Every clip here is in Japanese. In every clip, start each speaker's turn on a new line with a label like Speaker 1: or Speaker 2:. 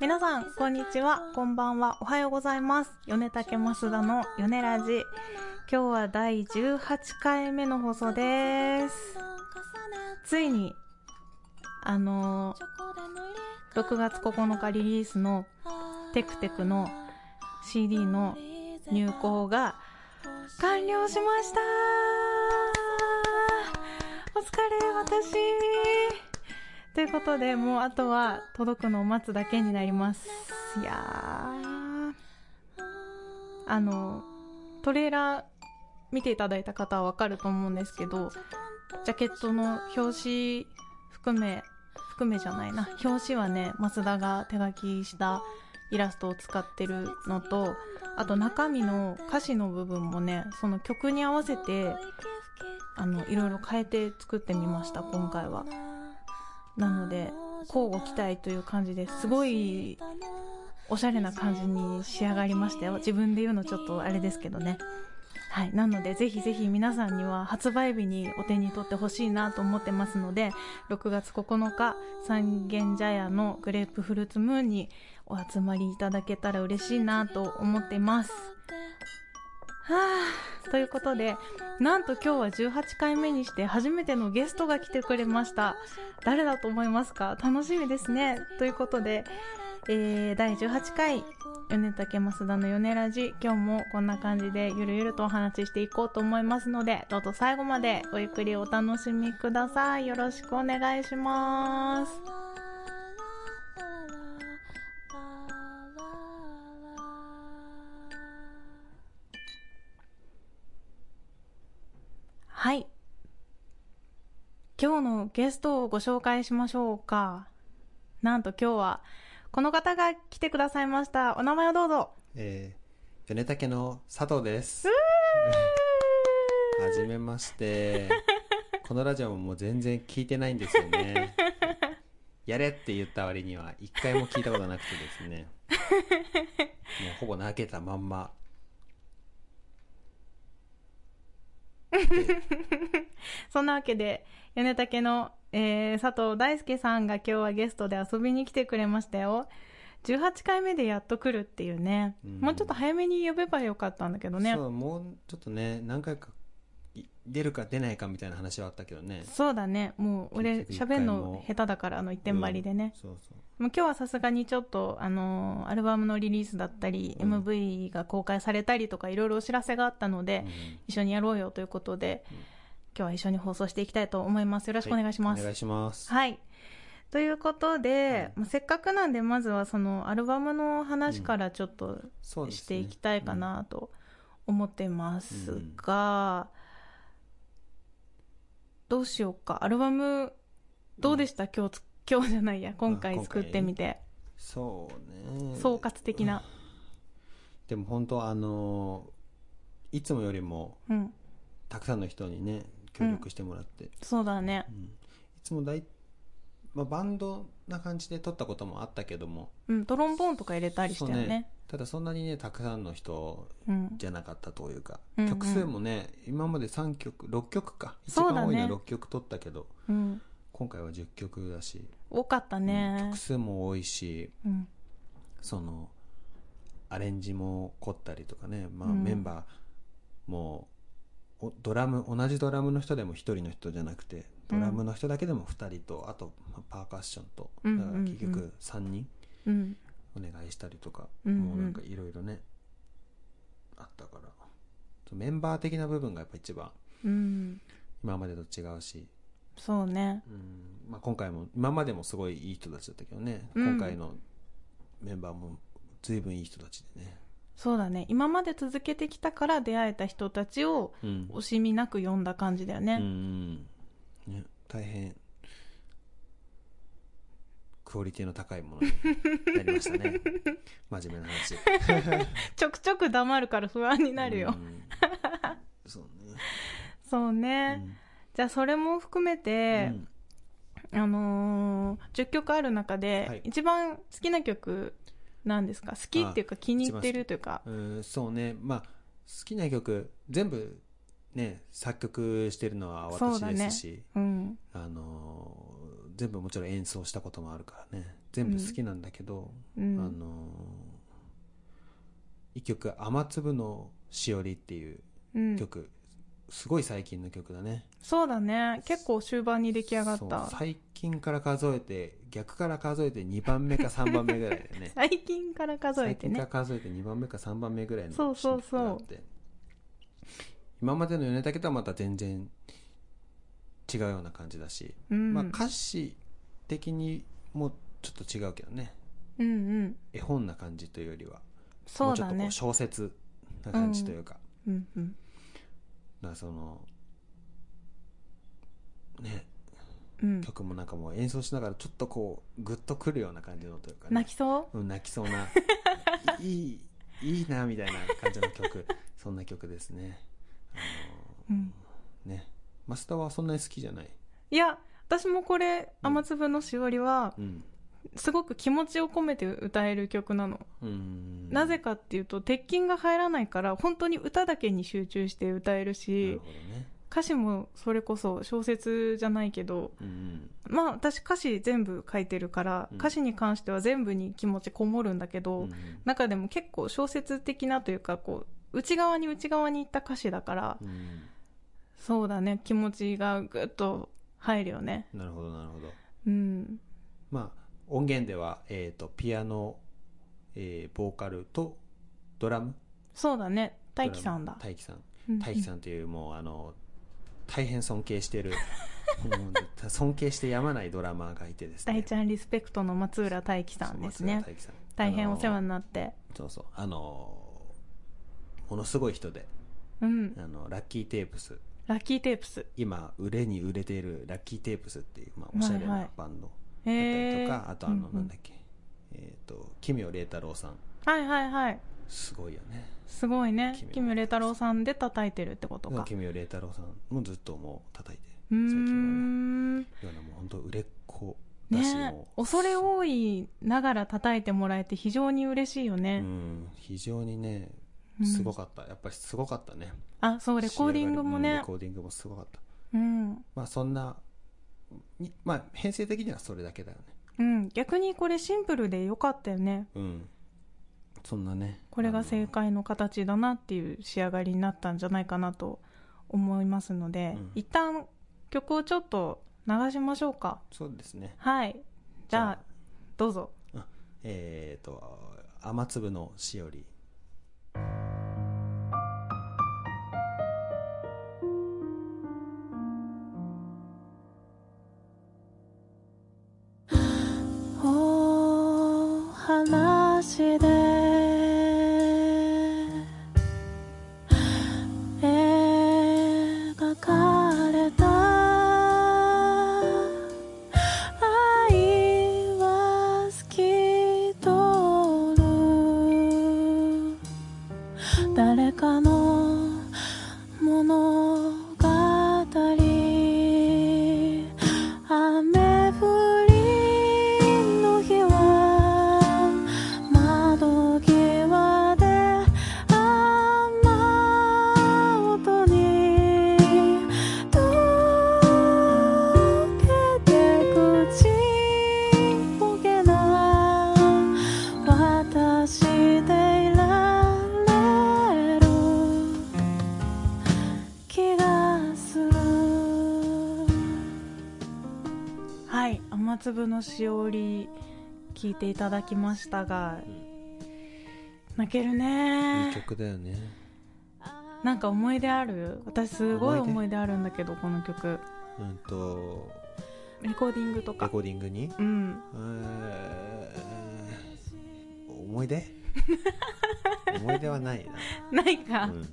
Speaker 1: 皆さん、こんにちは。こんばんは。おはようございます。米竹増田の米ラジ。今日は第18回目の放送です。ついに、あのー、6月9日リリースのテクテクの CD の入稿が完了しましたお疲れ、私ということで、もうあとは届くのを待つだけになります。いやー。あの、トレーラー見ていただいた方はわかると思うんですけど、ジャケットの表紙含め、含めじゃないな。表紙はね、増田が手書きしたイラストを使ってるのと、あと中身の歌詞の部分もね、その曲に合わせて、あの、いろいろ変えて作ってみました、今回は。なので、交互期待という感じですごい、おしゃれな感じに仕上がりましたよ。自分で言うのちょっとあれですけどね。はい。なので、ぜひぜひ皆さんには発売日にお手に取ってほしいなと思ってますので、6月9日、三軒茶屋のグレープフルーツムーンにお集まりいただけたら嬉しいなと思ってます。はぁ、ということで、なんと今日は18回目にして初めてのゲストが来てくれました。誰だと思いますか楽しみですね。ということで、えー、第18回、米竹増田の米ラジ、今日もこんな感じでゆるゆるとお話ししていこうと思いますので、どうぞ最後までごゆっくりお楽しみください。よろしくお願いします。はい。今日のゲストをご紹介しましょうか。なんと今日は、この方が来てくださいました。お名前をどうぞ。
Speaker 2: えー、米竹の佐藤です。は じめま して。このラジオももう全然聞いてないんですよね。やれって言った割には一回も聞いたことなくてですね。もうほぼ泣けたまんま。
Speaker 1: そんなわけで、米竹の、えー佐藤大輔さんが今日はゲストで遊びに来てくれましたよ。18回目でやっと来るっていうね。
Speaker 2: うん
Speaker 1: もうちょっと早めに呼べばよかったんだけどね。
Speaker 2: そう、もうちょっとね、何回かい出るか出ないかみたいな話はあったけどね。
Speaker 1: そうだね。もう俺
Speaker 2: 結局一
Speaker 1: 喋
Speaker 2: 回
Speaker 1: る
Speaker 2: も
Speaker 1: の下手だから、あの一点張りでね。
Speaker 2: そうそう。
Speaker 1: もう今日はさすがにちょっと、あのーアルバムのリリースだったり、
Speaker 2: うん
Speaker 1: MV が公開されたりとか、いろいろお知らせがあったので、
Speaker 2: うん
Speaker 1: 一緒にやろうよということで、今日は一緒に放送していきたいと思います。よろしくお願いしま
Speaker 2: は
Speaker 1: す。
Speaker 2: お
Speaker 1: は
Speaker 2: 願
Speaker 1: い
Speaker 2: い。します。
Speaker 1: ということで、まあせっかくなんで、まずはそのアルバムの話からちょっと
Speaker 2: そうですね
Speaker 1: していきたいかなと思ってますが、どうしようか。アルバム、どうでした、今日つ、今日じゃないや、今
Speaker 2: あ
Speaker 1: 回
Speaker 2: 今
Speaker 1: 作
Speaker 2: 回
Speaker 1: ってみて。
Speaker 2: そうね。
Speaker 1: 総括的な。
Speaker 2: でも本当あのーいつもよりも
Speaker 1: うん。
Speaker 2: たくさんの人にね協力してもらって、
Speaker 1: そうだね。
Speaker 2: うんいつもだい、まあ、バンドな感じで撮ったこともあったけども
Speaker 1: うん、トロンボーンとか入れたりしたよ
Speaker 2: そう
Speaker 1: ね。
Speaker 2: ただそんなにねたくさんの人
Speaker 1: うん。
Speaker 2: じゃなかったというか、
Speaker 1: うんうん
Speaker 2: 曲数もね今まで3曲6曲か一
Speaker 1: そうだ
Speaker 2: 番
Speaker 1: ね
Speaker 2: 多いのは6曲撮ったけど、
Speaker 1: うん。
Speaker 2: 今回は10曲だし、
Speaker 1: 多かった
Speaker 2: うん
Speaker 1: ね
Speaker 2: 曲。数も多いし
Speaker 1: うん。
Speaker 2: そのアレンジも凝ったりとかね、まあ、
Speaker 1: うん
Speaker 2: メンバーもおドラム同じドラムの人でも1人の人じゃなくてドラムの人だけでも2人とあとまあパーカッションと
Speaker 1: うん
Speaker 2: だ
Speaker 1: うん
Speaker 2: から結
Speaker 1: う
Speaker 2: 局3人
Speaker 1: うん。
Speaker 2: お願いしたりとか、
Speaker 1: うんうん
Speaker 2: もうなんかいろいろねあったからそうメンバー的な部分がやっぱ一番
Speaker 1: うん。
Speaker 2: 今までと違うし、
Speaker 1: そうね。
Speaker 2: うんまあ、今回も今までもすごいいい人たちだったけどね、
Speaker 1: うん
Speaker 2: 今回のメンバーも随分いい人たちでね。
Speaker 1: そうだね。今まで続けてきたから出会えた人たちを
Speaker 2: うん
Speaker 1: 惜しみなく呼んだ感じだよね。
Speaker 2: うんうんね、大変クオリティの高いものになりましたね 真面目な話
Speaker 1: ちょくちょく黙るから不安に なるよ。
Speaker 2: うんそうね
Speaker 1: そうね。じゃあそれも含め
Speaker 2: うん
Speaker 1: て、あのー、10曲ある中で、
Speaker 2: はい
Speaker 1: 一番好きな曲なんですか好きっていうか気に入ってるというか。
Speaker 2: うんうんそうねまあ好きな曲全部ね作曲してるのは
Speaker 1: そう
Speaker 2: 私
Speaker 1: だ
Speaker 2: で
Speaker 1: ね
Speaker 2: すし、
Speaker 1: うん。
Speaker 2: あのー全部もちろん演奏したこともあるからね全部好きなんだけど、
Speaker 1: うん
Speaker 2: あのー一曲「雨粒のしおり」っていう
Speaker 1: うん、
Speaker 2: 曲、すごい最近の曲だね
Speaker 1: そうだね結構終盤に出来上がっ
Speaker 2: そう
Speaker 1: た
Speaker 2: 最近から数えて逆から数えて2番目か3番目ぐらいだよね
Speaker 1: 最近から 数え
Speaker 2: 最
Speaker 1: て
Speaker 2: 近か
Speaker 1: ね
Speaker 2: ら数えて2番目か3番目ぐらいの
Speaker 1: そうそうそう
Speaker 2: だって今までの米竹とはまた全然違うような感じだし、
Speaker 1: うん、
Speaker 2: まあ歌詞的にもちょっと違うけどね
Speaker 1: うんうん
Speaker 2: 絵本な感じというよりは
Speaker 1: そうだ
Speaker 2: も
Speaker 1: ね
Speaker 2: うちょっとこう小説な感じというか、
Speaker 1: うんうん
Speaker 2: だからそのね
Speaker 1: うん
Speaker 2: 曲もなんかもう演奏しながらちょっとこうグッとくるような感じのというか、ね、
Speaker 1: 泣きそう
Speaker 2: うん泣きそう ないいいいなみたいな感じの曲そんな曲ですね
Speaker 1: うん
Speaker 2: ねマスターはそんなに好きじゃない
Speaker 1: いや私もこれ「
Speaker 2: うん
Speaker 1: 雨粒のしおり」は
Speaker 2: うん
Speaker 1: すごく気持ちを込めて歌える曲なの、
Speaker 2: うん
Speaker 1: なぜかっていうと鉄筋が入らないから本当に歌だけに集中して歌える
Speaker 2: なる
Speaker 1: し
Speaker 2: ほどね
Speaker 1: 歌詞もそれこそ小説じゃないけど
Speaker 2: うん
Speaker 1: まあ私歌詞全部書いてるから、
Speaker 2: うん
Speaker 1: 歌詞に関しては全部に気持ちこもるんだけ
Speaker 2: う
Speaker 1: ど、
Speaker 2: ん
Speaker 1: 中でも結構小説的なというかこう内側に内側に行った歌詞だから、
Speaker 2: うんうん
Speaker 1: そうだね気持ちがぐっと入るよね
Speaker 2: なるほどなるほど
Speaker 1: うん
Speaker 2: まあ音源では、えー、とピアノ、えーボーカルとドラム
Speaker 1: そうだね大輝さんだ
Speaker 2: ドラム大輝さん
Speaker 1: う
Speaker 2: 大輝さんというもうあの大変尊敬し てるうん尊敬してやまないドラマーがいてですね
Speaker 1: 大ちゃんリスペクトの松浦大輝さんですね
Speaker 2: 松村大輝さん
Speaker 1: 大変お世話
Speaker 2: あの
Speaker 1: になって
Speaker 2: そうそうあのものすごい人で
Speaker 1: うん
Speaker 2: あのラッキーテープス
Speaker 1: ラッキーテープス
Speaker 2: 今売れに売れているラッキーテープスっていう、まあ、おしゃれ
Speaker 1: はいは
Speaker 2: ないバンドだったり
Speaker 1: え
Speaker 2: とか、
Speaker 1: ー、
Speaker 2: あとあの、
Speaker 1: うんうん
Speaker 2: なんだっけえっ、と奇妙麗太郎さん
Speaker 1: はいはいはい
Speaker 2: すごいよね
Speaker 1: すごいね
Speaker 2: キム
Speaker 1: キムレ太郎さんで叩いてるってことか
Speaker 2: 奇妙麗太郎さんもずっともう叩いて
Speaker 1: うー
Speaker 2: 最近
Speaker 1: ん
Speaker 2: はねいやでもう本当売れっ子だし、
Speaker 1: ね
Speaker 2: もう
Speaker 1: 恐れ多いながら叩いてもらえて非常に嬉しいよ
Speaker 2: う
Speaker 1: ね、
Speaker 2: ん非常にね
Speaker 1: うん
Speaker 2: すごかった、やっぱりすごかったね
Speaker 1: あそうレコーディングも
Speaker 2: うん
Speaker 1: ね
Speaker 2: レコーディングもすごかった
Speaker 1: うん、
Speaker 2: まあそんなにまあ編成的にはそれだけだよね
Speaker 1: うん、逆にこれシンプルでよかったよね
Speaker 2: うんそんなね
Speaker 1: これが正
Speaker 2: 正解
Speaker 1: 解の形だなっていう仕上がりになったんじゃないかなと思いますので、
Speaker 2: うん
Speaker 1: 一旦曲をちょっと流しましょうか
Speaker 2: そうですね
Speaker 1: はいじゃあどうぞ
Speaker 2: えっ、と雨粒のしおり
Speaker 1: お話で描かれた愛は好きとる誰かの物語雨降りの日は窓際で雨音に溶けてくちぼけな私でいられる気がするはい「雨粒のしおり」聞いていただきましたが、泣ける
Speaker 2: いい
Speaker 1: ね
Speaker 2: 曲だよね
Speaker 1: なんか思い出ある私すごい思い出あるんだけどこの曲
Speaker 2: うんと
Speaker 1: レコーディングと
Speaker 2: レ
Speaker 1: か
Speaker 2: コーディングに
Speaker 1: うん
Speaker 2: えー思 い出思い出はない
Speaker 1: ないか、
Speaker 2: なうん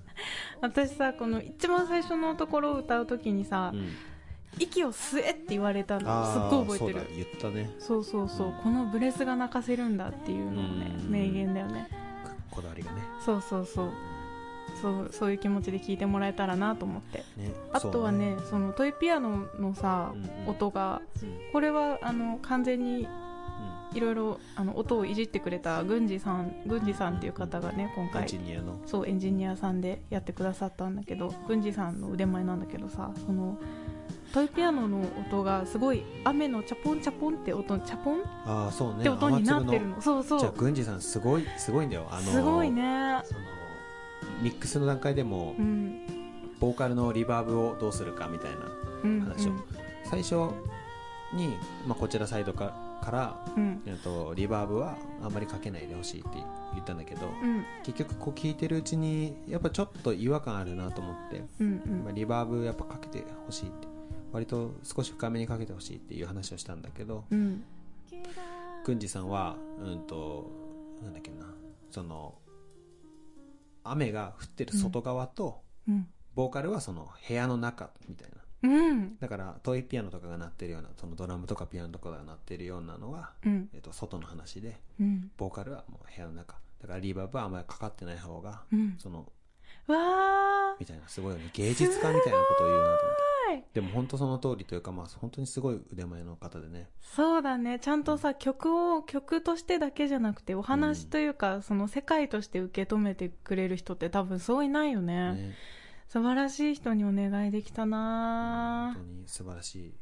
Speaker 1: 私さこの一番最初のところを歌う時にさ「
Speaker 2: うん
Speaker 1: 息を吸え」って言われたのすっ
Speaker 2: あ
Speaker 1: ご
Speaker 2: ー
Speaker 1: い覚えて
Speaker 2: そうだ
Speaker 1: る
Speaker 2: 言ったね
Speaker 1: そうそうそう、このブレスが泣かせるんだっていうのもね、
Speaker 2: うん
Speaker 1: 名言だよね
Speaker 2: こだわりがね
Speaker 1: そうそうそうそうそういう気持ちで聞いてもらえたらなと思って
Speaker 2: ね
Speaker 1: あとはねそのトイピアノのさ、
Speaker 2: うんうん
Speaker 1: 音が
Speaker 2: そうね
Speaker 1: これはあの完全に
Speaker 2: うん
Speaker 1: いろいろあの音をいじってくれた郡司さん郡司さんっていう方がね今
Speaker 2: うんエン
Speaker 1: 回
Speaker 2: ジニアの
Speaker 1: そうエンジニアさんでやってくださったんだけど郡司さんの腕前なんだけどさそのトイピアノの音がすごい雨のチャポンチャポンって音チャポンっ
Speaker 2: ああそうね
Speaker 1: て音になってる
Speaker 2: の
Speaker 1: のそうそう
Speaker 2: じゃあ郡司さんすごいすごいんだよあの
Speaker 1: すごいね
Speaker 2: そのミックスの段階でも
Speaker 1: うん
Speaker 2: ボーカルのリバーブをどうするかみたい
Speaker 1: うん
Speaker 2: な話を、最初に、まあ、こちらサイドかから、
Speaker 1: うん
Speaker 2: えっと、リバーブはあんまりかけないでほしいって言ったんだけど、
Speaker 1: うん
Speaker 2: 結局こう聞いてるうちにやっぱちょっと違和感あるなと思って、
Speaker 1: うんう
Speaker 2: まあ、
Speaker 1: ん
Speaker 2: リバーブやっぱかけてほしいって割と少し深めにかけてほしいっていう話をしたんだけど
Speaker 1: うん
Speaker 2: 郡司さんはうんとなんだっけなその雨が降ってる外側と、
Speaker 1: うん
Speaker 2: ボーカルはその部屋の中みたいな
Speaker 1: うん
Speaker 2: だからトイピアノとかが鳴ってるようなそのドラムとかピアノとかが鳴ってるようなのは、
Speaker 1: うん
Speaker 2: えっと、外の話で
Speaker 1: うん
Speaker 2: ボーカルはもう部屋の中だからリバーブはあんまりかかってない方が、
Speaker 1: うん
Speaker 2: その
Speaker 1: わー
Speaker 2: みたいなすごいよね芸術家みたいなことを言うなと思
Speaker 1: すご
Speaker 2: っ
Speaker 1: い
Speaker 2: てでも本当その通りというかまあ本当にすごい腕前の方でね
Speaker 1: そうだねちゃんとさ曲を曲としてだけじゃなくてお話というか、その世界として受け止めてくれる人って多分そういないよね
Speaker 2: ね
Speaker 1: 素晴らしい人にお願いできたな
Speaker 2: 本
Speaker 1: ー
Speaker 2: 当に素晴らしい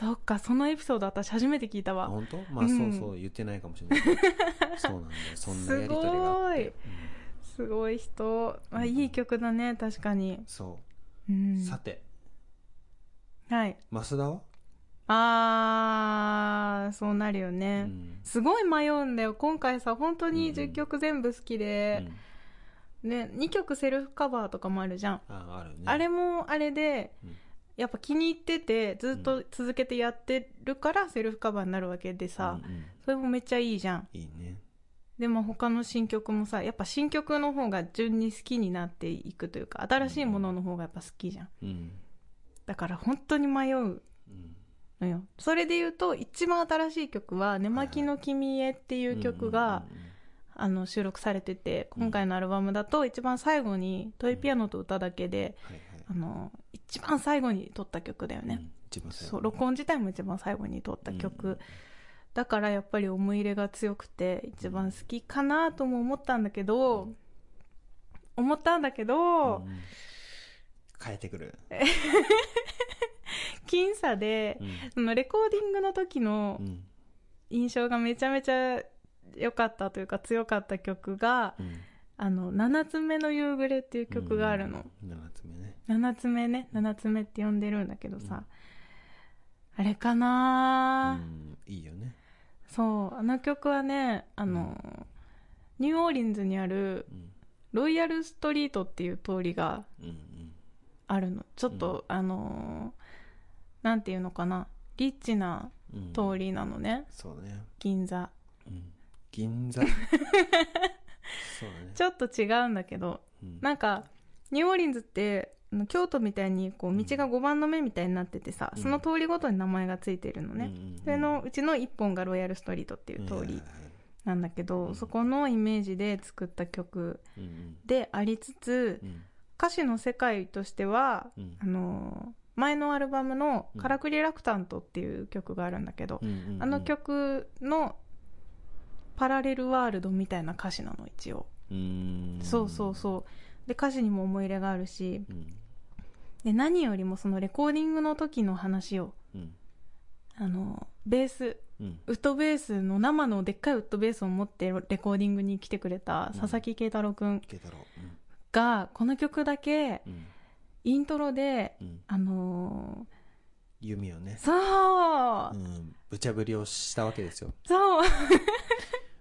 Speaker 1: そっかそのエピソード私初めて聞いた
Speaker 2: あ
Speaker 1: わ
Speaker 2: 本当まあ
Speaker 1: う
Speaker 2: そ
Speaker 1: ん
Speaker 2: うそう言ってないかもしれな いけどそうなんだよそんなやりとりが
Speaker 1: す
Speaker 2: あっ
Speaker 1: ごい
Speaker 2: て、
Speaker 1: すごい人、あ、いい曲だね確かに
Speaker 2: うんそう、
Speaker 1: うん
Speaker 2: さて
Speaker 1: はい
Speaker 2: 増田は、
Speaker 1: あーそうなるよ
Speaker 2: う
Speaker 1: ね、
Speaker 2: ん
Speaker 1: すごい迷うんだよ今回さ本当に
Speaker 2: うんう
Speaker 1: 10
Speaker 2: ん
Speaker 1: 曲全部好き
Speaker 2: う
Speaker 1: で、
Speaker 2: ん
Speaker 1: ね、2曲セルフカバーとかもあるじゃん、
Speaker 2: ああるね
Speaker 1: あれもあれで、
Speaker 2: うん
Speaker 1: やっぱ気に入っててずっと続けてやってるからセルフカバーになるわけでさ、
Speaker 2: うんうん
Speaker 1: それもめっちゃいいじゃん
Speaker 2: いいね
Speaker 1: でも他の新曲もさやっぱ新曲の方が順に好きになっていくというか新しいものの方がやっぱ好きじゃん
Speaker 2: うん
Speaker 1: だから本当に迷う
Speaker 2: うん
Speaker 1: のよそれで言うと一番新しい曲は「寝巻きの君へ」っていう曲が、あの収録されてて
Speaker 2: うん
Speaker 1: 今回のアルバムだと一番最後にトイピアノと歌だけで、
Speaker 2: うんうんうんはいはい
Speaker 1: あの一番最後に撮った曲だよね、
Speaker 2: うん一番最後
Speaker 1: そう録音自体も一番最後に撮った曲、
Speaker 2: うん
Speaker 1: だからやっぱり思い入れが強くて一番好きかなとも思ったんだけど、
Speaker 2: うん
Speaker 1: 思ったんだけど、
Speaker 2: うん変えてくる、
Speaker 1: 僅差で、
Speaker 2: うん
Speaker 1: そのレコーディングの時の
Speaker 2: うん
Speaker 1: 印象がめちゃめちゃ良かったというか強かった曲が
Speaker 2: うん
Speaker 1: 「あの7つ目の夕暮れ」っていう曲があるの、
Speaker 2: うん7つ目ね
Speaker 1: 7つ目ね7つ目って呼んでるんだけどさ、あれか
Speaker 2: う
Speaker 1: な、
Speaker 2: んいいよね
Speaker 1: そうあの曲はねあの、ニューオーリンズにある
Speaker 2: うん
Speaker 1: ロイヤルストリートっていう通りが
Speaker 2: うんうん
Speaker 1: あるのちょっと、あのーなんていうのかなリッチな
Speaker 2: うん
Speaker 1: 通りなのね、
Speaker 2: そうね、
Speaker 1: 銀座
Speaker 2: うん、銀座そうだね
Speaker 1: ちょっと違うんだけど
Speaker 2: うん
Speaker 1: なんかニューオーリンズってあの京都みたいにこう道が5番の目みたいになっててさ、
Speaker 2: うん
Speaker 1: その通りごとに名前がついてるのね、
Speaker 2: うんうんうん
Speaker 1: それのうちの1本がロイヤルストリートっていう通りなんだけど、そこのイメージで作った曲
Speaker 2: うんうん
Speaker 1: でありつつ
Speaker 2: うんうん
Speaker 1: 歌詞の世界としては
Speaker 2: うん
Speaker 1: あの前のアルバムの「
Speaker 2: うん
Speaker 1: カラクリラクタント」っていう曲があるんだけど、
Speaker 2: うんうんうん
Speaker 1: あの曲のパラレルワールドみたいな歌詞なの一応、
Speaker 2: うん
Speaker 1: そうそうそうで歌詞にも思い入れがあるし
Speaker 2: うん
Speaker 1: で何よりもそのレコーディングの時の話を
Speaker 2: うん
Speaker 1: あのベース
Speaker 2: うん
Speaker 1: ウッドベースの生のでっかいウッドベースを持ってレコーディングに来てくれた
Speaker 2: うん
Speaker 1: 佐々木慶太郎くん
Speaker 2: 慶太郎
Speaker 1: がこの曲だけ
Speaker 2: うんうん
Speaker 1: イントロで
Speaker 2: うん
Speaker 1: あの
Speaker 2: 弓をね
Speaker 1: ー、そう、
Speaker 2: うん、ぶちゃぶりをしたわけですよ
Speaker 1: そう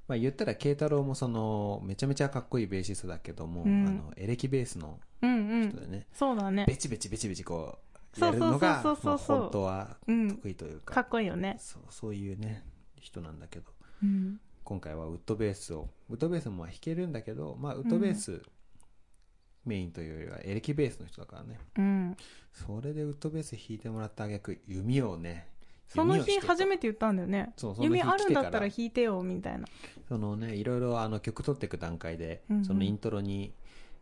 Speaker 2: まあ言ったら慶太郎もそのめちゃめちゃかっこいいベーシストだけども、
Speaker 1: うん
Speaker 2: あのエレキベースの
Speaker 1: うんう
Speaker 2: 人
Speaker 1: ん
Speaker 2: でね、
Speaker 1: そうだね
Speaker 2: ベチベチベチベチこうやるのが
Speaker 1: そうそうそうそうそう
Speaker 2: まあ本当は
Speaker 1: うん
Speaker 2: 得意というか,、
Speaker 1: かっこいいよね
Speaker 2: そうそういうね人なんだけど
Speaker 1: うん
Speaker 2: 今回はウッドベースをウッドベースもまあ弾けるんだけど、まあ、ウッドベースメインというよりはエレキベースの人だからね、
Speaker 1: うん
Speaker 2: それでウッドベース弾いてもらった挙句弓をね
Speaker 1: その日
Speaker 2: 弓をしてた
Speaker 1: 初めて言ったんだよね
Speaker 2: そうその日
Speaker 1: 弓あるんだった
Speaker 2: 来てから
Speaker 1: ら弾いてよみたいな
Speaker 2: そのねいろいろあの曲取っていく段階で、
Speaker 1: うんうん
Speaker 2: そのイントロに、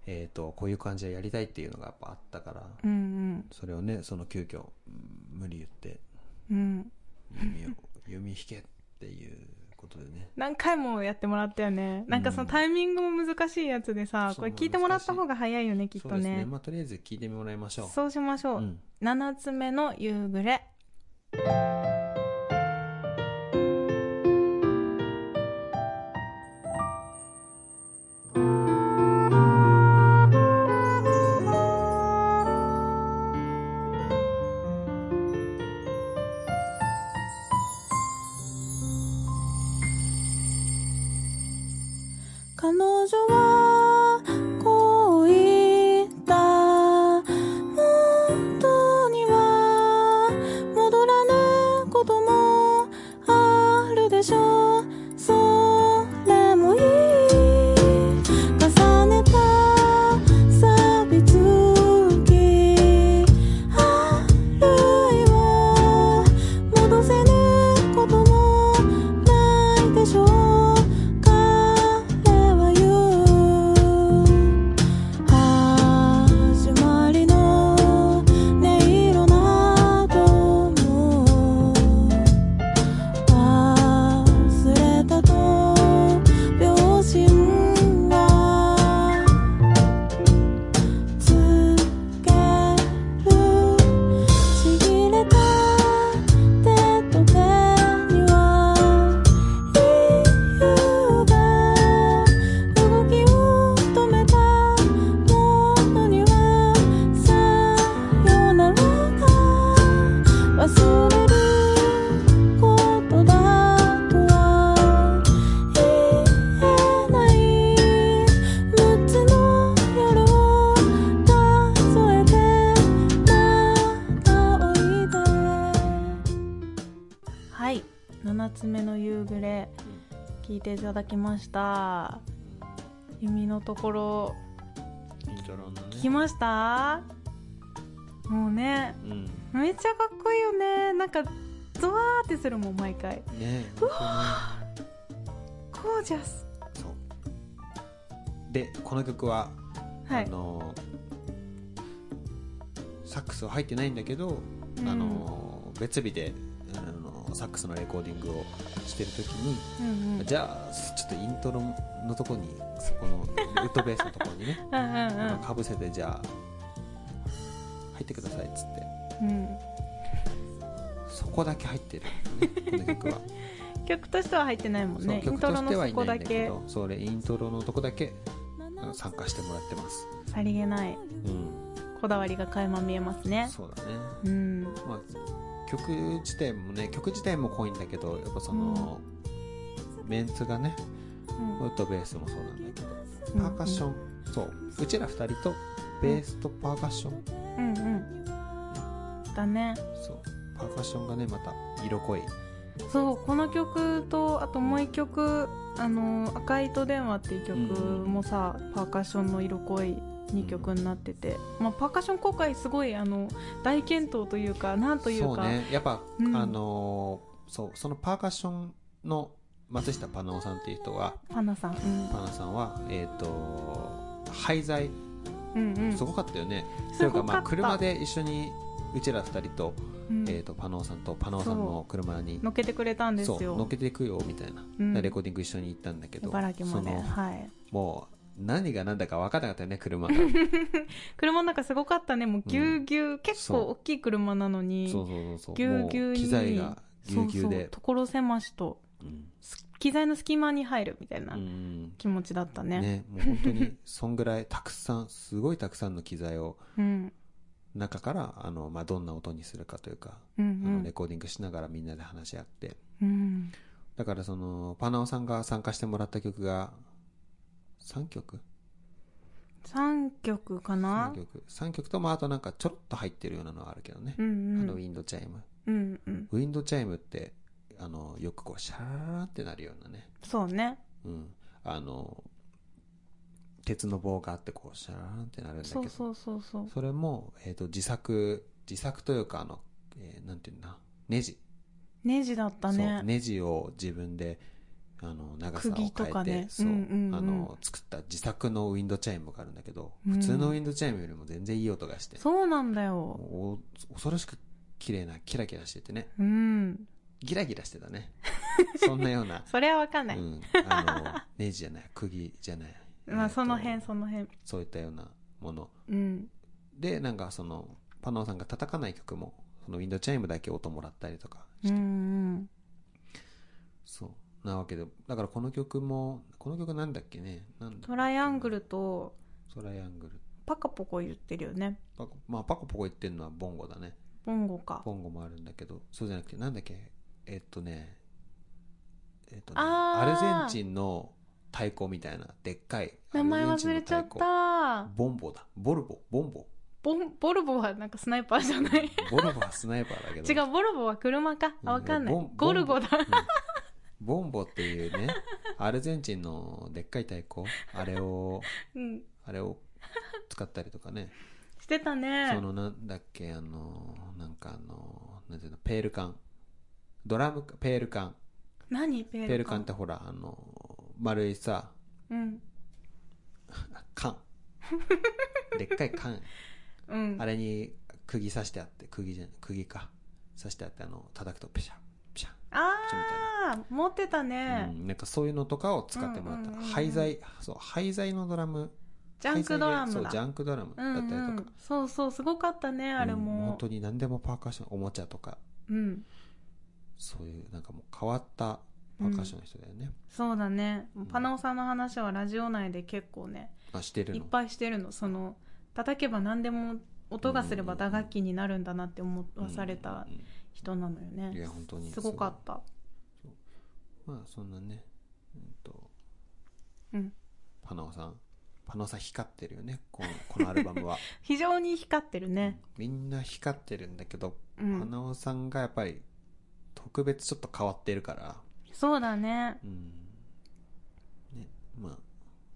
Speaker 2: えー、とこういう感じでやりたいっていうのがやっぱあったから、
Speaker 1: うん
Speaker 2: それをねその急遽うん無理言って
Speaker 1: うんうん
Speaker 2: 弓を弓弾けっていうことでね
Speaker 1: 何回もやってもらったよねなんかその
Speaker 2: うん
Speaker 1: タイミングも難しいやつでさ、こ
Speaker 2: そう
Speaker 1: れ聞いてもらった方が早いよねきっ
Speaker 2: そ
Speaker 1: と
Speaker 2: うです
Speaker 1: ね
Speaker 2: ねまあとりあえず聞いてもらいましょう
Speaker 1: そうしましょう、
Speaker 2: ん、
Speaker 1: 7つ目の夕暮れ
Speaker 3: 彼女はこう言った元には戻らないこともあるでしょうそれもいい重ねた錆びつきあるいは戻せぬこともないでしょう彼は言う始まりの音色なども忘れたと秒針がつけるちぎれた手と手には理由が動きを止めたものにはさよならが忘れることだとは言えない6つの夜を数えてまたおいで
Speaker 1: はい7つ目の夕暮れ聞いていただきました弓のところ
Speaker 2: イントロのね
Speaker 1: 聞きましたもうね
Speaker 2: うんね
Speaker 1: めっちゃかっこいいよねなんかゾワーってするもん毎回ゴ
Speaker 2: 本
Speaker 1: ージャス
Speaker 2: 当にそうでこの曲は、
Speaker 1: はい
Speaker 2: あのサックスは入ってないんだけど、
Speaker 1: うん
Speaker 2: あの別日であのサックスのレコーディングをしてる時に、
Speaker 1: うんうん
Speaker 2: じゃあちょっとイントロのとこにそこのウッドベースのとこにね
Speaker 1: うんうん
Speaker 2: かぶせてじゃあ入ってくださいっつって
Speaker 1: うんうん
Speaker 2: そこだけ入ってるんだよねこの曲 は
Speaker 1: 曲としては入ってないもんね
Speaker 2: そう
Speaker 1: イン
Speaker 2: 曲
Speaker 1: ト
Speaker 2: と
Speaker 1: ロ
Speaker 2: し
Speaker 1: の
Speaker 2: てはい
Speaker 1: そこ
Speaker 2: ない
Speaker 1: だ
Speaker 2: んだけ
Speaker 1: け
Speaker 2: どそれイントロのとこだけあの参加してもらってます
Speaker 1: さりげない
Speaker 2: うん
Speaker 1: こだわりが垣間見えますね
Speaker 2: そうだね
Speaker 1: うん
Speaker 2: まあ曲自体もね曲自体も濃いんだけどやっぱその、メンツがねウッドベースもそうなんだけどパーカッション、そううちら2人とベースとパーカッション、
Speaker 1: うんうんだね
Speaker 2: そうパーカッションがねまた色濃い
Speaker 1: そうこの曲とあともう一曲「あの赤い糸電話」っていう曲もさ、パーカッションの色濃い2曲になってて、まあ、パーカッション今回すごいあの大健闘というかなんという
Speaker 2: そう
Speaker 1: か
Speaker 2: ねやっぱ、
Speaker 1: うん
Speaker 2: あのーそうそのパーカッションの松下パナオさんっていう人は
Speaker 1: パンナさん、うん
Speaker 2: パナさんはえっ、と廃材
Speaker 1: うんうん
Speaker 2: すごかったよね、とい
Speaker 1: す
Speaker 2: う
Speaker 1: ごか
Speaker 2: かま
Speaker 1: っ
Speaker 2: あ
Speaker 1: た
Speaker 2: 車で一緒にうちら二人と,、
Speaker 1: うん
Speaker 2: えー、とパナオさんとパナオさんの車に
Speaker 1: 乗っけてくれたんです
Speaker 2: そう乗
Speaker 1: よ
Speaker 2: っけていくよみたいな、
Speaker 1: うん
Speaker 2: レコーディング一緒に行ったんだけど
Speaker 1: 茨城まで
Speaker 2: その
Speaker 1: はい
Speaker 2: もう何が何だか分からなかったよね 車が
Speaker 1: 車の中すごかったねもうぎゅうぎゅう、結構
Speaker 2: そう
Speaker 1: 大きい車なのに
Speaker 2: そうそうそうそう
Speaker 1: ぎゅうぎゅう
Speaker 2: もう
Speaker 1: に
Speaker 2: 機材がぎゅうぎゅう
Speaker 1: そうそう
Speaker 2: で
Speaker 1: 所狭しと
Speaker 2: うん
Speaker 1: す機材の隙間に入るみたいな
Speaker 2: うん
Speaker 1: 気持ちだったね
Speaker 2: ね、もう本当にそんぐらいたくさんすごいたくさんの機材を
Speaker 1: うん
Speaker 2: 中からあの、まあ、どんな音にするかというか、
Speaker 1: うん
Speaker 2: あ
Speaker 1: う
Speaker 2: の
Speaker 1: ん
Speaker 2: レコーディングしながらみんなで話し合って
Speaker 1: うん
Speaker 2: だからそのパナオさんが参加してもらった曲が3曲
Speaker 1: 3曲かな
Speaker 2: 三曲三曲ともあとなんかちょろっと入ってるようなのはあるけどね、
Speaker 1: うんう
Speaker 2: あ
Speaker 1: ん
Speaker 2: のウィンドチャイム
Speaker 1: うんうん
Speaker 2: ウィンドチャイムってあのよくこうシャーってなるようなね、
Speaker 1: そうね
Speaker 2: うん、あの鉄の棒があってこうシャーンってなるんだけ
Speaker 1: そ
Speaker 2: ど
Speaker 1: うそうそうそう
Speaker 2: それも、えー、と自作自作というかあの、えーなんていうんだネジ、
Speaker 1: ネジだった
Speaker 2: そう
Speaker 1: ね
Speaker 2: ネジを自分であの長さを変え
Speaker 1: 釘と
Speaker 2: て、
Speaker 1: かね
Speaker 2: そう
Speaker 1: うんうんうん
Speaker 2: あの作った自作のウィンドチャイムがあるんだけど、
Speaker 1: うん
Speaker 2: 普通のウィンドチャイムよりも全然いい音がして
Speaker 1: そうなんだよ
Speaker 2: もうお恐ろしく綺麗なキラキラしててね
Speaker 1: うん
Speaker 2: ギラギラして たね。そんなような。
Speaker 1: それはわかん
Speaker 2: う
Speaker 1: ない。
Speaker 2: ん。あの、ネジじゃない、釘じゃない。
Speaker 1: ま
Speaker 2: え
Speaker 1: あ、
Speaker 2: っと
Speaker 1: その辺、その辺。
Speaker 2: そういったようなもの。
Speaker 1: うん。
Speaker 2: で、なんかその、パノーさんが叩かない曲も、そのウィンドチャイムだけ音もらったりとか
Speaker 1: う
Speaker 2: して、
Speaker 1: ん。
Speaker 2: そう。なわけで、だからこの曲も、この曲なんだっけねなんだ
Speaker 1: トライアングル。と、
Speaker 2: トライアングル。
Speaker 1: パカポコ言ってるよね。
Speaker 2: パコまあ、パコパコ言ってるのはボンゴだね。
Speaker 1: ボンゴか。
Speaker 2: ボンゴもあるんだけど、そうじゃなくて、なんだっけえっとね、えっとね、
Speaker 1: あ
Speaker 2: ア
Speaker 1: ー
Speaker 2: ルゼンチンの太鼓みたいな、でっかい。
Speaker 1: 名前
Speaker 2: アルゼ
Speaker 1: 忘
Speaker 2: ン
Speaker 1: れ
Speaker 2: チ
Speaker 1: ち
Speaker 2: ン
Speaker 1: ゃ
Speaker 2: の
Speaker 1: っ
Speaker 2: 太鼓。
Speaker 1: た。
Speaker 2: ボンボだ。ボルボ、ボンボ。
Speaker 1: ボン、ボルボはなんかスナイパーじゃない。
Speaker 2: ボルボはスナイパーだけど。
Speaker 1: 違う、ボルボは車か。
Speaker 2: うん
Speaker 1: あ、わかんな
Speaker 2: ボ
Speaker 1: い
Speaker 2: ン。
Speaker 1: ゴルゴだ。
Speaker 2: うんボンボっていうね、アルゼンチンのでっかい太鼓、あれを、
Speaker 1: うん。
Speaker 2: あれを使ったりとかね。
Speaker 1: してたね。
Speaker 2: そのなんだっけ、あの、なんかあの、なんていうの、ペール缶。ドラム、ペール缶。
Speaker 1: 何ペール
Speaker 2: ペール缶ってほら、あの、丸いさ、
Speaker 1: うん。
Speaker 2: 缶。でっかい缶。
Speaker 1: うん
Speaker 2: あ。れに釘刺してあって、釘じゃん、釘か。刺してあって、あの、叩くとペシャン、ペシャン。
Speaker 1: あー、持ってたね。
Speaker 2: うん、なんかそういうのとかを使ってもらった、
Speaker 1: うんうんうんうん
Speaker 2: 廃材そう廃材のドラム
Speaker 1: ジャンクドラ
Speaker 2: 廃
Speaker 1: ム
Speaker 2: 材でそう
Speaker 1: だ。
Speaker 2: ジャンクドラムだったりとか、
Speaker 1: うんうんそうそう、すごかったね、あれ
Speaker 2: うん
Speaker 1: も
Speaker 2: 本。当に何でもパーカッションおもちゃとか
Speaker 1: うん。
Speaker 2: そういうなんかもう変わったパーカッションの人だよね、
Speaker 1: そうだね
Speaker 2: ん。
Speaker 1: パナオさんの話はラジオ内で結構ね、
Speaker 2: あしてる
Speaker 1: いっ
Speaker 2: の
Speaker 1: ぱいしてるの。その、叩けば何でも、音がすれば打楽器になるんだなって思わされた
Speaker 2: うんうん
Speaker 1: 人なのよ
Speaker 2: うんい
Speaker 1: ね。
Speaker 2: や本当に
Speaker 1: すごかった。
Speaker 2: たまあそんなね、うん、と
Speaker 1: うん。
Speaker 2: パナオさんパナオさん光ってるよねこのこのアルバムは、
Speaker 1: 非常に光ってる ね。
Speaker 2: みんな光ってるんだけど、
Speaker 1: う
Speaker 2: パ
Speaker 1: ん。
Speaker 2: ナオさんがやっぱり特別ちょっと変わってるから
Speaker 1: そうだね。
Speaker 2: うんねまあ本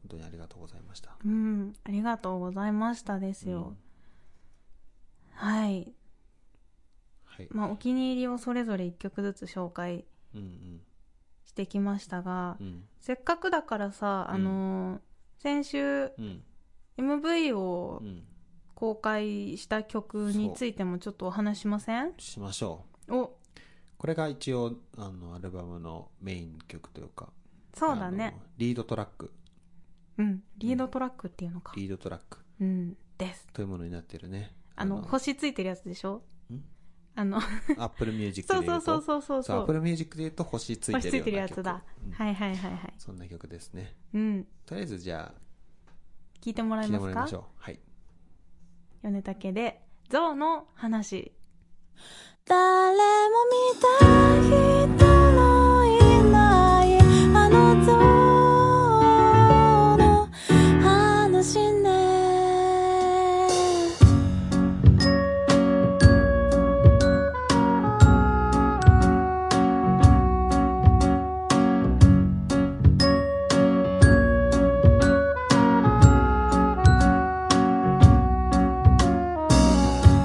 Speaker 2: 当にありがとうございました
Speaker 1: うん。ありがとうございましたですよ。はい。
Speaker 2: はい、
Speaker 1: まあ、お気に入りをそれぞれ1曲ずつ紹介
Speaker 2: うんうん
Speaker 1: してきましたが、
Speaker 2: うん
Speaker 1: せっかくだからさ、あのー先週
Speaker 2: うん、
Speaker 1: MV を
Speaker 2: うん、
Speaker 1: 公開した曲についてもちょっとお話しません
Speaker 2: しましょう
Speaker 1: お、
Speaker 2: これが一応あのアルバムのメイン曲というか
Speaker 1: そうだね
Speaker 2: あ。のリードトラック
Speaker 1: うん。リードトラックっていうのか。
Speaker 2: リードトラック
Speaker 1: うん。です。
Speaker 2: というものになってるね
Speaker 1: あの、星ついてるやつでしょ
Speaker 2: ん
Speaker 1: あの、
Speaker 2: アップルミュージック
Speaker 1: そ
Speaker 2: で
Speaker 1: う
Speaker 2: 言
Speaker 1: そうう
Speaker 2: と
Speaker 1: そうそうそう
Speaker 2: ア
Speaker 1: そ
Speaker 2: ップ
Speaker 1: う。
Speaker 2: ルミュージックで言うと星つい
Speaker 1: 星つ
Speaker 2: て
Speaker 1: いてる
Speaker 2: るよう
Speaker 1: やつ
Speaker 2: な曲
Speaker 1: だ。
Speaker 2: うん
Speaker 1: はいはいはいはい。
Speaker 2: そんな曲ですね
Speaker 1: うん。
Speaker 2: とりあえずじゃ
Speaker 1: 聞いても
Speaker 2: あ
Speaker 1: ら
Speaker 2: 聴
Speaker 1: え
Speaker 2: いて
Speaker 1: ま
Speaker 2: も
Speaker 1: す
Speaker 2: らいま
Speaker 1: か
Speaker 2: しょうはい
Speaker 1: 米竹で、象の話。
Speaker 3: 誰も見た人のいないあの像の話ね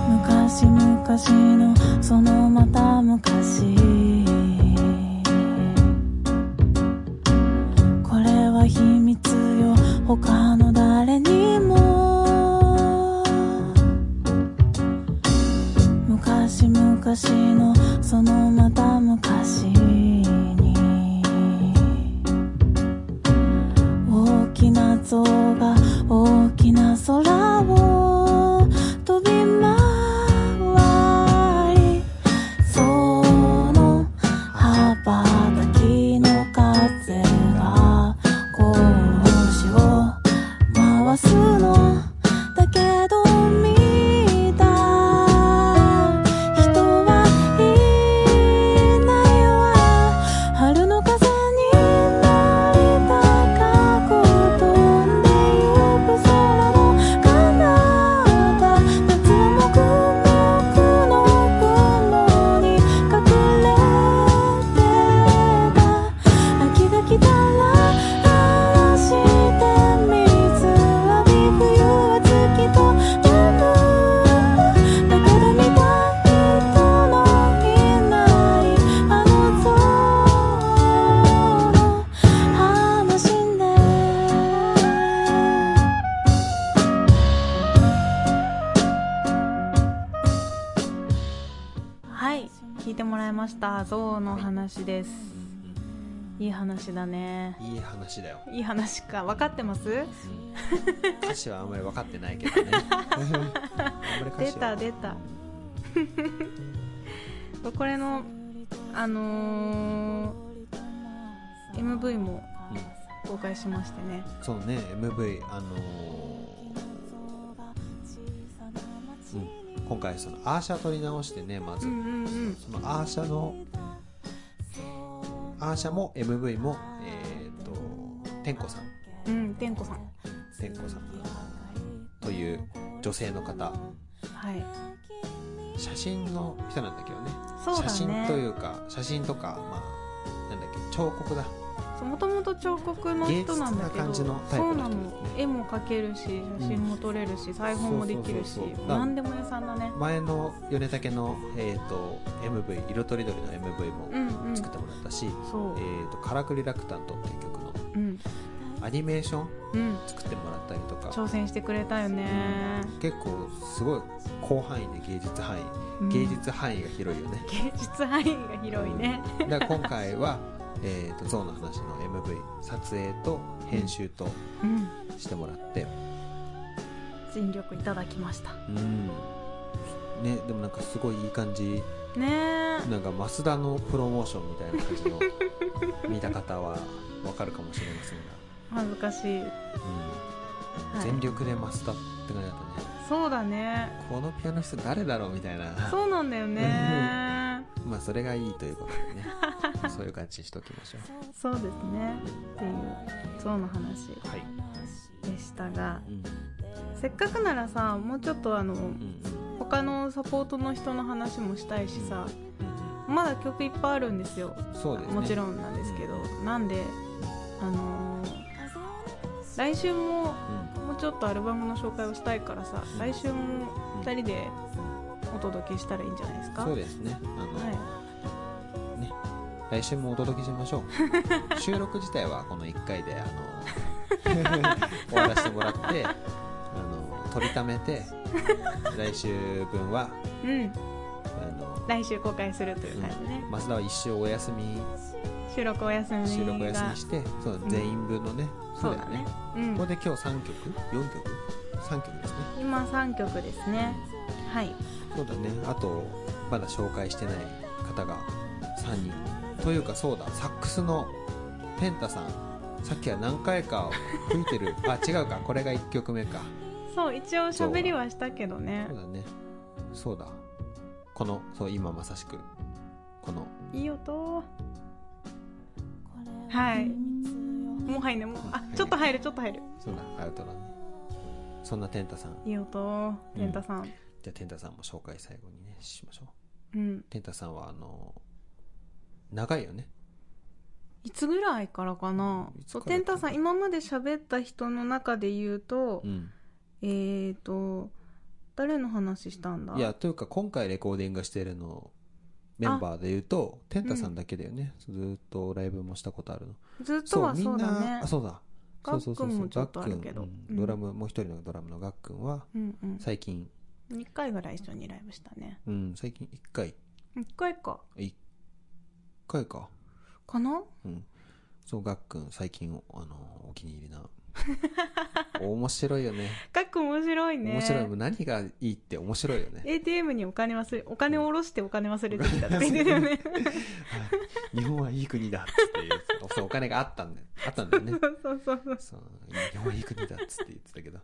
Speaker 3: 昔昔のそのまた昔これは秘密よ他の誰にも昔昔のそのまた昔に大きな像が大きな空を飛び回りその羽ばたきの風が格子を回すのだけど見た人はい
Speaker 1: てもらいました象の話ですいい話だね
Speaker 2: いい話だよ、
Speaker 1: いい話か分かってます
Speaker 2: うん歌詞はあんまり分かってないけどねあんまり歌
Speaker 1: 出
Speaker 2: 詞は
Speaker 1: た出たこれのあのー MV も公開しましてね
Speaker 2: そうね MV あのーうん、今回そのアーシャ撮り直してねまず、
Speaker 1: うんうんうん
Speaker 2: そのアーシャのアーシャも MV もえっ、と天子さん
Speaker 1: うん天子さん
Speaker 2: 天子さんという女性の方
Speaker 1: はい
Speaker 2: 写真の人なんだけどね
Speaker 1: そうだね
Speaker 2: 写真というか写真とかまあなんだっけ彫刻だ
Speaker 1: もともと彫刻の人なんだけど
Speaker 2: 芸術な感じのタイ
Speaker 1: そう
Speaker 2: プ
Speaker 1: な
Speaker 2: の人ですね
Speaker 1: の絵も描けるし写真も撮れるし、裁縫もできるし
Speaker 2: そうそうそうそう
Speaker 1: 何でも屋さんだね
Speaker 2: 前の米武の、えー、と MV 色とりどりの MV も
Speaker 1: うんうん
Speaker 2: 作ってもらったし、
Speaker 1: そう
Speaker 2: えー、とカラクリラクタントっていう曲の
Speaker 1: うん
Speaker 2: アニメーション
Speaker 1: うん
Speaker 2: 作ってもらったりとか
Speaker 1: 挑戦してくれたよね、
Speaker 2: 結構すごい広範囲で芸術範囲、
Speaker 1: うん
Speaker 2: 芸術範囲が広いよね
Speaker 1: 芸術範囲が広いね
Speaker 2: だから今回は えーとゾウの話の MV 撮影と編集と
Speaker 1: うん
Speaker 2: してもらって
Speaker 1: 尽力いただきました
Speaker 2: うんねでもなんかすごいいい感じ
Speaker 1: ねえ
Speaker 2: なんか増田のプロモーションみたいな感じの見た方はわかるかもしれません
Speaker 1: 恥ずかしい、
Speaker 2: が、うん
Speaker 1: はい
Speaker 2: 全力で増田って感じだったね
Speaker 1: そうだね
Speaker 2: このピアノ室誰だろうみたいな
Speaker 1: そうなんだよね
Speaker 2: まあそれがいいということで ねそういう感じにしときましょ
Speaker 1: そうですねっていうそうの話
Speaker 2: うはい、
Speaker 1: でしたが
Speaker 2: うん
Speaker 1: せっかくならさもうちょっとあの
Speaker 2: うん
Speaker 1: 他のサポートの人の話もしたいしさ
Speaker 2: うん
Speaker 1: まだ曲いっぱいあるんですよ
Speaker 2: うん、そうですね
Speaker 1: もちろんなんですけどなんであのー来週も
Speaker 2: うん
Speaker 1: もうちょっとアルバムの紹介をしたいからさ来週も2人でお届けしたらいいんじゃないですか
Speaker 2: そうですねあの、
Speaker 1: は
Speaker 2: 来週もお届けしましょ う収録自体はこの1回であの 終わらせてもらってあの取りため て来週分は
Speaker 1: いう
Speaker 2: あの
Speaker 1: ん来週公開するという感じね
Speaker 2: 増田は一生お休み
Speaker 1: 収録お休みが
Speaker 2: 収録お休みしてそう
Speaker 1: うん
Speaker 2: 全員分のね、
Speaker 1: そうだねう
Speaker 2: これ
Speaker 1: ん
Speaker 2: で今日3曲4曲3曲ですね
Speaker 1: 今3曲ですねはい
Speaker 2: そうだねあとまだ紹介してない方が3人というかそうだサックスのペンタさんさっきは何回か吹いてるあ違うかこれが1曲目か
Speaker 1: そう一応喋りはしたけどね
Speaker 2: そうだねそうだこのそう今まさしくこの
Speaker 1: いい音はいもう入んねもうあちょっと入るちょっと入る
Speaker 2: そうだアウトだねそんなテンタさん
Speaker 1: いい音健太さん
Speaker 2: じゃあテンタさんも紹介最後にねしましょう
Speaker 1: うん
Speaker 2: テンタさんはあの長いよね
Speaker 1: いつぐらいからかない
Speaker 2: つ
Speaker 1: そう
Speaker 2: から
Speaker 1: 天太さん今まで喋った人の中で言うと、
Speaker 2: うん
Speaker 1: えーと誰の話したんだ
Speaker 2: いやというか今回レコーディングしてるのメンバーで言うとテンタさんだけだよね、ずーっとライブもしたことあるの
Speaker 1: ずっとはそうだ
Speaker 2: みんな
Speaker 1: ね
Speaker 2: あそうだ
Speaker 1: ガッくんもちょっとあるけど
Speaker 2: ガッくんうんドラムもう一人のドラムのガックンは
Speaker 1: うんうん
Speaker 2: 最近
Speaker 1: 2回ぐらい一緒にライブしたね
Speaker 2: うん最近1回
Speaker 1: 1回か
Speaker 2: 1回か
Speaker 1: かな
Speaker 2: うんそうガックン最近あのお気に入りな 面白いよね
Speaker 1: ガック面白いね
Speaker 2: 面白い何がいいって面白 いよね
Speaker 1: ATM にお金忘れお金を下ろしてお金忘れてきたって言ってたよね
Speaker 2: 日本はいい国だっつっていうそうお金があったんだよあったんだよね
Speaker 1: そうそうそうそう
Speaker 2: そう日本はいい国だっつって言ってたけ ど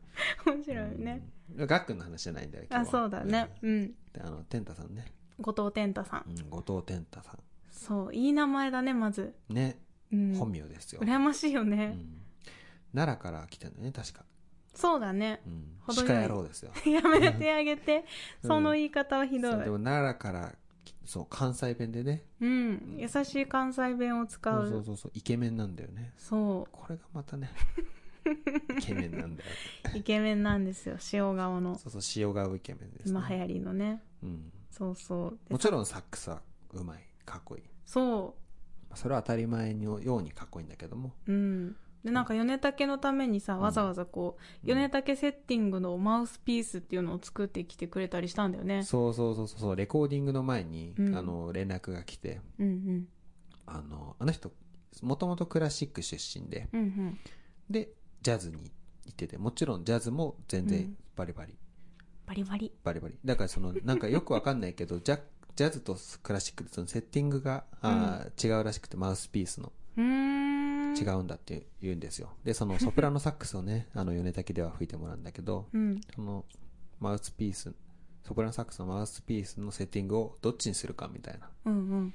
Speaker 1: 面白いね、
Speaker 2: うんガックンの話じゃないんだよ今
Speaker 1: あ
Speaker 2: 日は
Speaker 1: そうだねうん
Speaker 2: うんであの天太さんね、
Speaker 1: 後藤天太さん
Speaker 2: うん、後藤天太さ
Speaker 1: そういい名前だねまず
Speaker 2: んね、
Speaker 1: うん
Speaker 2: 本名ですよ、
Speaker 1: 羨ましいよね、
Speaker 2: うん奈良から来たんだよね確か、
Speaker 1: そうだね
Speaker 2: うん、
Speaker 1: 程よい
Speaker 2: 鹿野郎ですよ
Speaker 1: やめてあげて、
Speaker 2: うん
Speaker 1: その言い方はひどい
Speaker 2: そうでも奈良からきそう関西弁でね
Speaker 1: うん優しい関西弁を使
Speaker 2: そうう
Speaker 1: そ
Speaker 2: そううそうそうイケメンなんだよねこれがま たねイケメンなんだよ
Speaker 1: イケメンなんですよ塩顔の
Speaker 2: そうそう塩顔イケメンです、ね、
Speaker 1: 今流行りのね
Speaker 2: うん、
Speaker 1: そうそうで
Speaker 2: もちろんサックスはうまいかっこいい
Speaker 1: そ
Speaker 2: まあそれは当たり前のようにかっこいいんだけども
Speaker 1: ううんでなんか米竹のためにさわざわざこう、米竹セッティングのマウスピースっていうのを作ってきてくれたりしたんだよね
Speaker 2: そうそうそうそうそうレコーディングの前に、
Speaker 1: うん
Speaker 2: あの連絡が来て
Speaker 1: うん
Speaker 2: あのあの人もともとクラシック出身で
Speaker 1: うんうんうん
Speaker 2: でジャズに行っててもちろんジャズも全
Speaker 1: う
Speaker 2: 然
Speaker 1: ん
Speaker 2: バリバリ、
Speaker 1: バリバリ
Speaker 2: バリバリだからそのなんかよくわかんないけどジャジャズとクラシックでそのセッティングが、あー違うらしくてマウスピースの
Speaker 1: うーん
Speaker 2: 違
Speaker 1: う
Speaker 2: うんだって言うんですよ でそのソプラノサックスをねあの米竹では吹いてもらうんだけど
Speaker 1: うん
Speaker 2: そのマウスピースソプラノサックスのマウスピースのセッティングをどっちにするかみたいな
Speaker 1: うんうん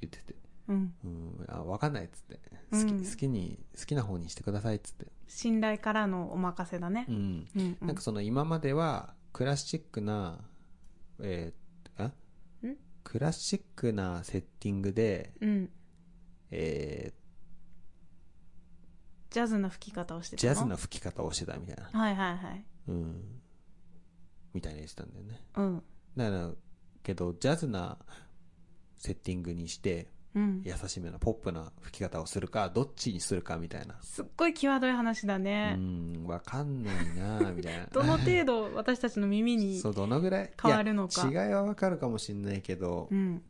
Speaker 2: 言ってて
Speaker 1: うん
Speaker 2: うんあ分かんないっつって好
Speaker 1: う
Speaker 2: き,、
Speaker 1: ん
Speaker 2: 好きに好きな方にしてくださいっつって
Speaker 1: 信頼からのお任せだね
Speaker 2: う、ん
Speaker 1: うんうん、
Speaker 2: なんかその今まではクラシックな、えーあ
Speaker 1: ん
Speaker 2: クラシックなセッティングで、
Speaker 1: うん
Speaker 2: え
Speaker 1: ジャズの吹き方をして
Speaker 2: ー
Speaker 1: た
Speaker 2: ジ
Speaker 1: の
Speaker 2: ャズの吹き方をしてたみたいな、
Speaker 1: はいはいはい
Speaker 2: うん、みたいに言ってたんだよね。
Speaker 1: うん
Speaker 2: だから、けど、ジャズなセッティングにして、
Speaker 1: うん
Speaker 2: 優しめなポップな吹き方をするか、どっちにするかみたいな。
Speaker 1: すっごい際どい話だね
Speaker 2: う、ん、わかんないなぁみたいな。
Speaker 1: どの程度私たちの耳に
Speaker 2: そう、どのぐらいいや
Speaker 1: 変わるのか
Speaker 2: 違いはわかるかもしんないけど、
Speaker 1: うん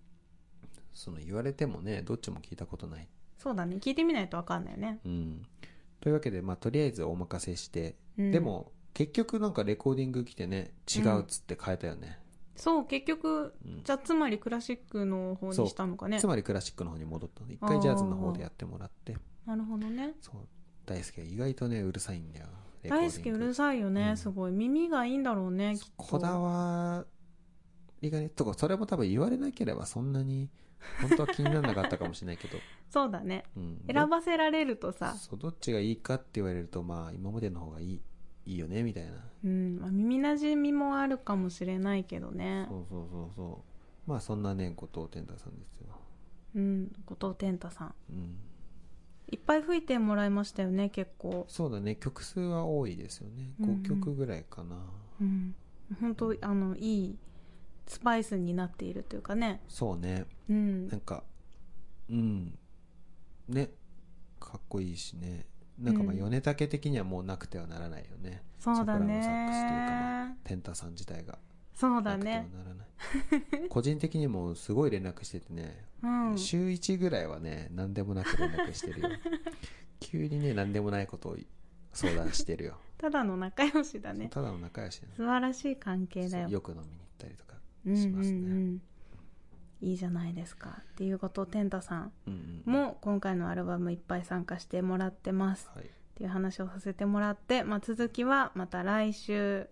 Speaker 2: その言われてもね、どっちも聞いたことない。
Speaker 1: そうだね聞いてみないと分かんないよね
Speaker 2: うん。というわけで、まあ、とりあえずお任せして、
Speaker 1: うん
Speaker 2: でも、結局なんかレコーディング来てね、違うっつって変えたよね。
Speaker 1: そう結局、
Speaker 2: うん
Speaker 1: じゃあつまりクラシックの方に
Speaker 2: そう
Speaker 1: したのかね
Speaker 2: つまりクラシックの方に戻ったので、一回ジャズの方でやってもらって、
Speaker 1: なるほどね
Speaker 2: そう。大輔意外とね、うるさいんだよ。レコーディン
Speaker 1: 大
Speaker 2: グ
Speaker 1: 好きうるさいよね、
Speaker 2: うん
Speaker 1: すごい耳がいいんだろうねきっと
Speaker 2: こだわりがね、とか、それも多分言われなければそんなに、本当は気にならなかったかもしれないけど、
Speaker 1: そうだね
Speaker 2: うん。
Speaker 1: 選ばせられるとさ、
Speaker 2: そう、どっちがいいかって言われると、まあ、今までの方がいい、いいよね、みたいな。
Speaker 1: うんまあ、耳なじみもあるかもしれないけどね
Speaker 2: そうそうそうそう。まあ、そんなね、後藤天太さんですよ。
Speaker 1: うん後藤天太さん
Speaker 2: うん。
Speaker 1: いっぱい吹いてもらいましたよね結構
Speaker 2: そうだね、曲数は多いですよね。
Speaker 1: うんうん
Speaker 2: 5曲ぐらいかな。
Speaker 1: うん本当あのいいスパイスになっているというかね
Speaker 2: そうね、
Speaker 1: うん
Speaker 2: なんか、うん。ね、かっこいいしね。なんかまあ、
Speaker 1: うん
Speaker 2: 米竹的にはもうなくてはならないよね。
Speaker 1: そうだ
Speaker 2: ソプラノサックスというかま
Speaker 1: ね
Speaker 2: 天太さん自体が。
Speaker 1: そうだ
Speaker 2: な
Speaker 1: ね
Speaker 2: くてはならない。個人的にもすごい連絡しててね、
Speaker 1: うん
Speaker 2: 週1ぐらいはね、何でもなく連絡して るよ。急にね、何でもないことを相談し てるよ。
Speaker 1: ただの仲良しだね
Speaker 2: ただの仲良し
Speaker 1: 素晴らしい関係だ
Speaker 2: ね。
Speaker 1: よ
Speaker 2: よく飲みに行ったりとか
Speaker 1: うんうん
Speaker 2: します
Speaker 1: う
Speaker 2: ね。
Speaker 1: んいいじゃないですかっていうことを天太さん
Speaker 2: うんうん
Speaker 1: も今回のアルバムいっぱい参加してもらってます
Speaker 2: はい。
Speaker 1: っていう話をさせてもらって、まあ、続きはまた来週
Speaker 2: うん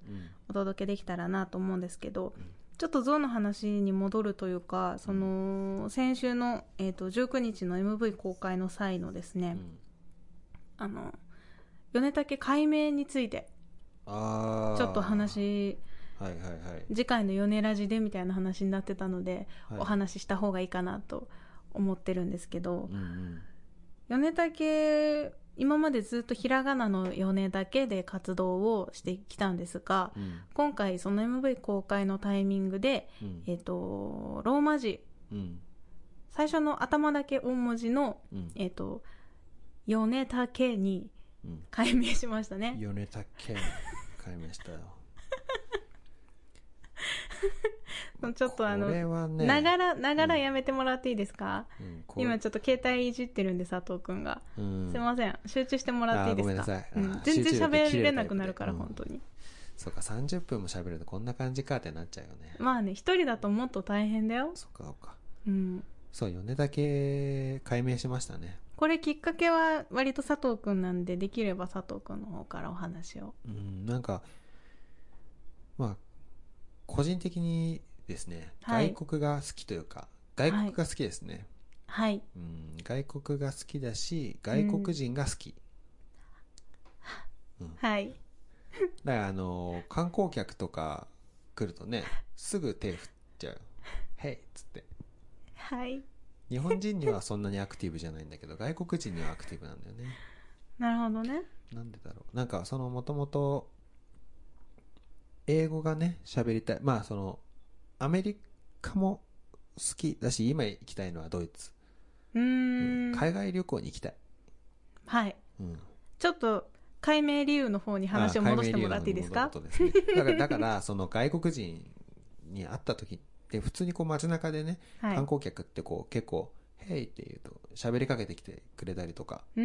Speaker 1: お届けできたらなと思うんですけど、
Speaker 2: うん
Speaker 1: ちょっとゾウの話に戻るというかその先週の、えー、と19日の MV 公開の際のです
Speaker 2: う
Speaker 1: ね、
Speaker 2: ん
Speaker 1: あの米竹解明について
Speaker 2: あー
Speaker 1: ちょっと。話
Speaker 2: はいはいはい。
Speaker 1: 次回の米ラジでみたいな話になってたので、
Speaker 2: はい
Speaker 1: お話しした方がいいかなと思ってるんですけど
Speaker 2: うんうん
Speaker 1: 米竹今までずっとひらがなの米だけで活動をしてきたんですが
Speaker 2: うん
Speaker 1: 今回その MV 公開のタイミングで、
Speaker 2: うん
Speaker 1: えっとローマ字
Speaker 2: うん
Speaker 1: 最初の頭だけ大文字の
Speaker 2: うん
Speaker 1: えっと米竹に
Speaker 2: うん
Speaker 1: 改名しましたね
Speaker 2: 米竹買いましたよ。
Speaker 1: ちょっとあの
Speaker 2: これはね、
Speaker 1: ながらながらやめてもらっていいですか、
Speaker 2: うんこう
Speaker 1: 今ちょっと携帯いじってるんで佐藤くんが、
Speaker 2: うん
Speaker 1: すいません集中してもらっていいですか
Speaker 2: あーごめんなさいあ
Speaker 1: うん
Speaker 2: ー
Speaker 1: 全然
Speaker 2: 集中力切
Speaker 1: 喋
Speaker 2: れる
Speaker 1: れなくなる
Speaker 2: タ
Speaker 1: から
Speaker 2: イプでうん
Speaker 1: 本当に、
Speaker 2: そうか、30分も喋るとこんな感じかってなっちゃうよね。
Speaker 1: まあね一人だともっと大変だよ、
Speaker 2: そっか、そっか。
Speaker 1: うん、
Speaker 2: そう、米竹解明しましたね。
Speaker 1: これきっかけは割と佐藤くんなんでできれば佐藤くんの方からお話を
Speaker 2: うん、なんか、まあ、個人的にですね、
Speaker 1: はい
Speaker 2: 外国が好きというか、
Speaker 1: い
Speaker 2: 外国が好きですね、
Speaker 1: はい
Speaker 2: うん。外国が好きだし、外国人が好き。
Speaker 1: はい
Speaker 2: だから、あの、観光客とか来るとね、すぐ手振っ ちゃう。へいっつって。
Speaker 1: はい
Speaker 2: 日本人にはそんなにアクティブじゃないんだけど、外国人にはアクティブなんだよね。
Speaker 1: なるほどね
Speaker 2: なんでだろう。なんか、その、もともと、英語がね、喋りたい。まあ、その、アメリカも好きだし、今行きたいのはドイツ。
Speaker 1: うーん
Speaker 2: 海外旅行に行きたい。
Speaker 1: はい
Speaker 2: うん。
Speaker 1: ちょっと解明理由の方に話を戻してもらっていいです
Speaker 2: あ
Speaker 1: か
Speaker 2: 解明理由のことですねだから、だからその外国人に会った時って、普通にこう街中でね、
Speaker 1: はい
Speaker 2: 観光客ってこう結構、ヘイって言うと喋りかけてきてくれたりとか、
Speaker 1: うー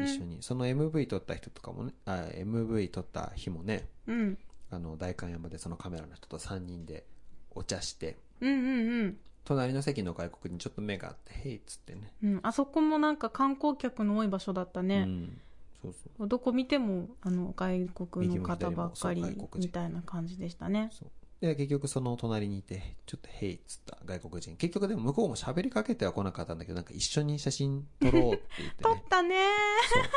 Speaker 1: ん
Speaker 2: 一緒に、その MV 撮った人とかもね、あ MV 撮った日もね、
Speaker 1: うん
Speaker 2: あの、代官山でそのカメラの人と3人でお茶して、
Speaker 1: うんうんうん
Speaker 2: 隣の席の外国にちょっと目があって、ヘイっつってね。
Speaker 1: うん、あそこもなんか観光客の多い場所だった
Speaker 2: う
Speaker 1: ね、
Speaker 2: ん。そうそう。
Speaker 1: どこ見てもあの外国の方ばっかり
Speaker 2: 右も左もそう外国
Speaker 1: み
Speaker 2: 人
Speaker 1: たいな感じでしたね
Speaker 2: そうで結局その隣にいてちょっと「ヘイ」っつった外国人結局でも向こうも喋りかけては来なかったんだけどなんか一緒に写真撮ろうって言って
Speaker 1: 撮 っ
Speaker 2: ね
Speaker 1: たね
Speaker 2: だか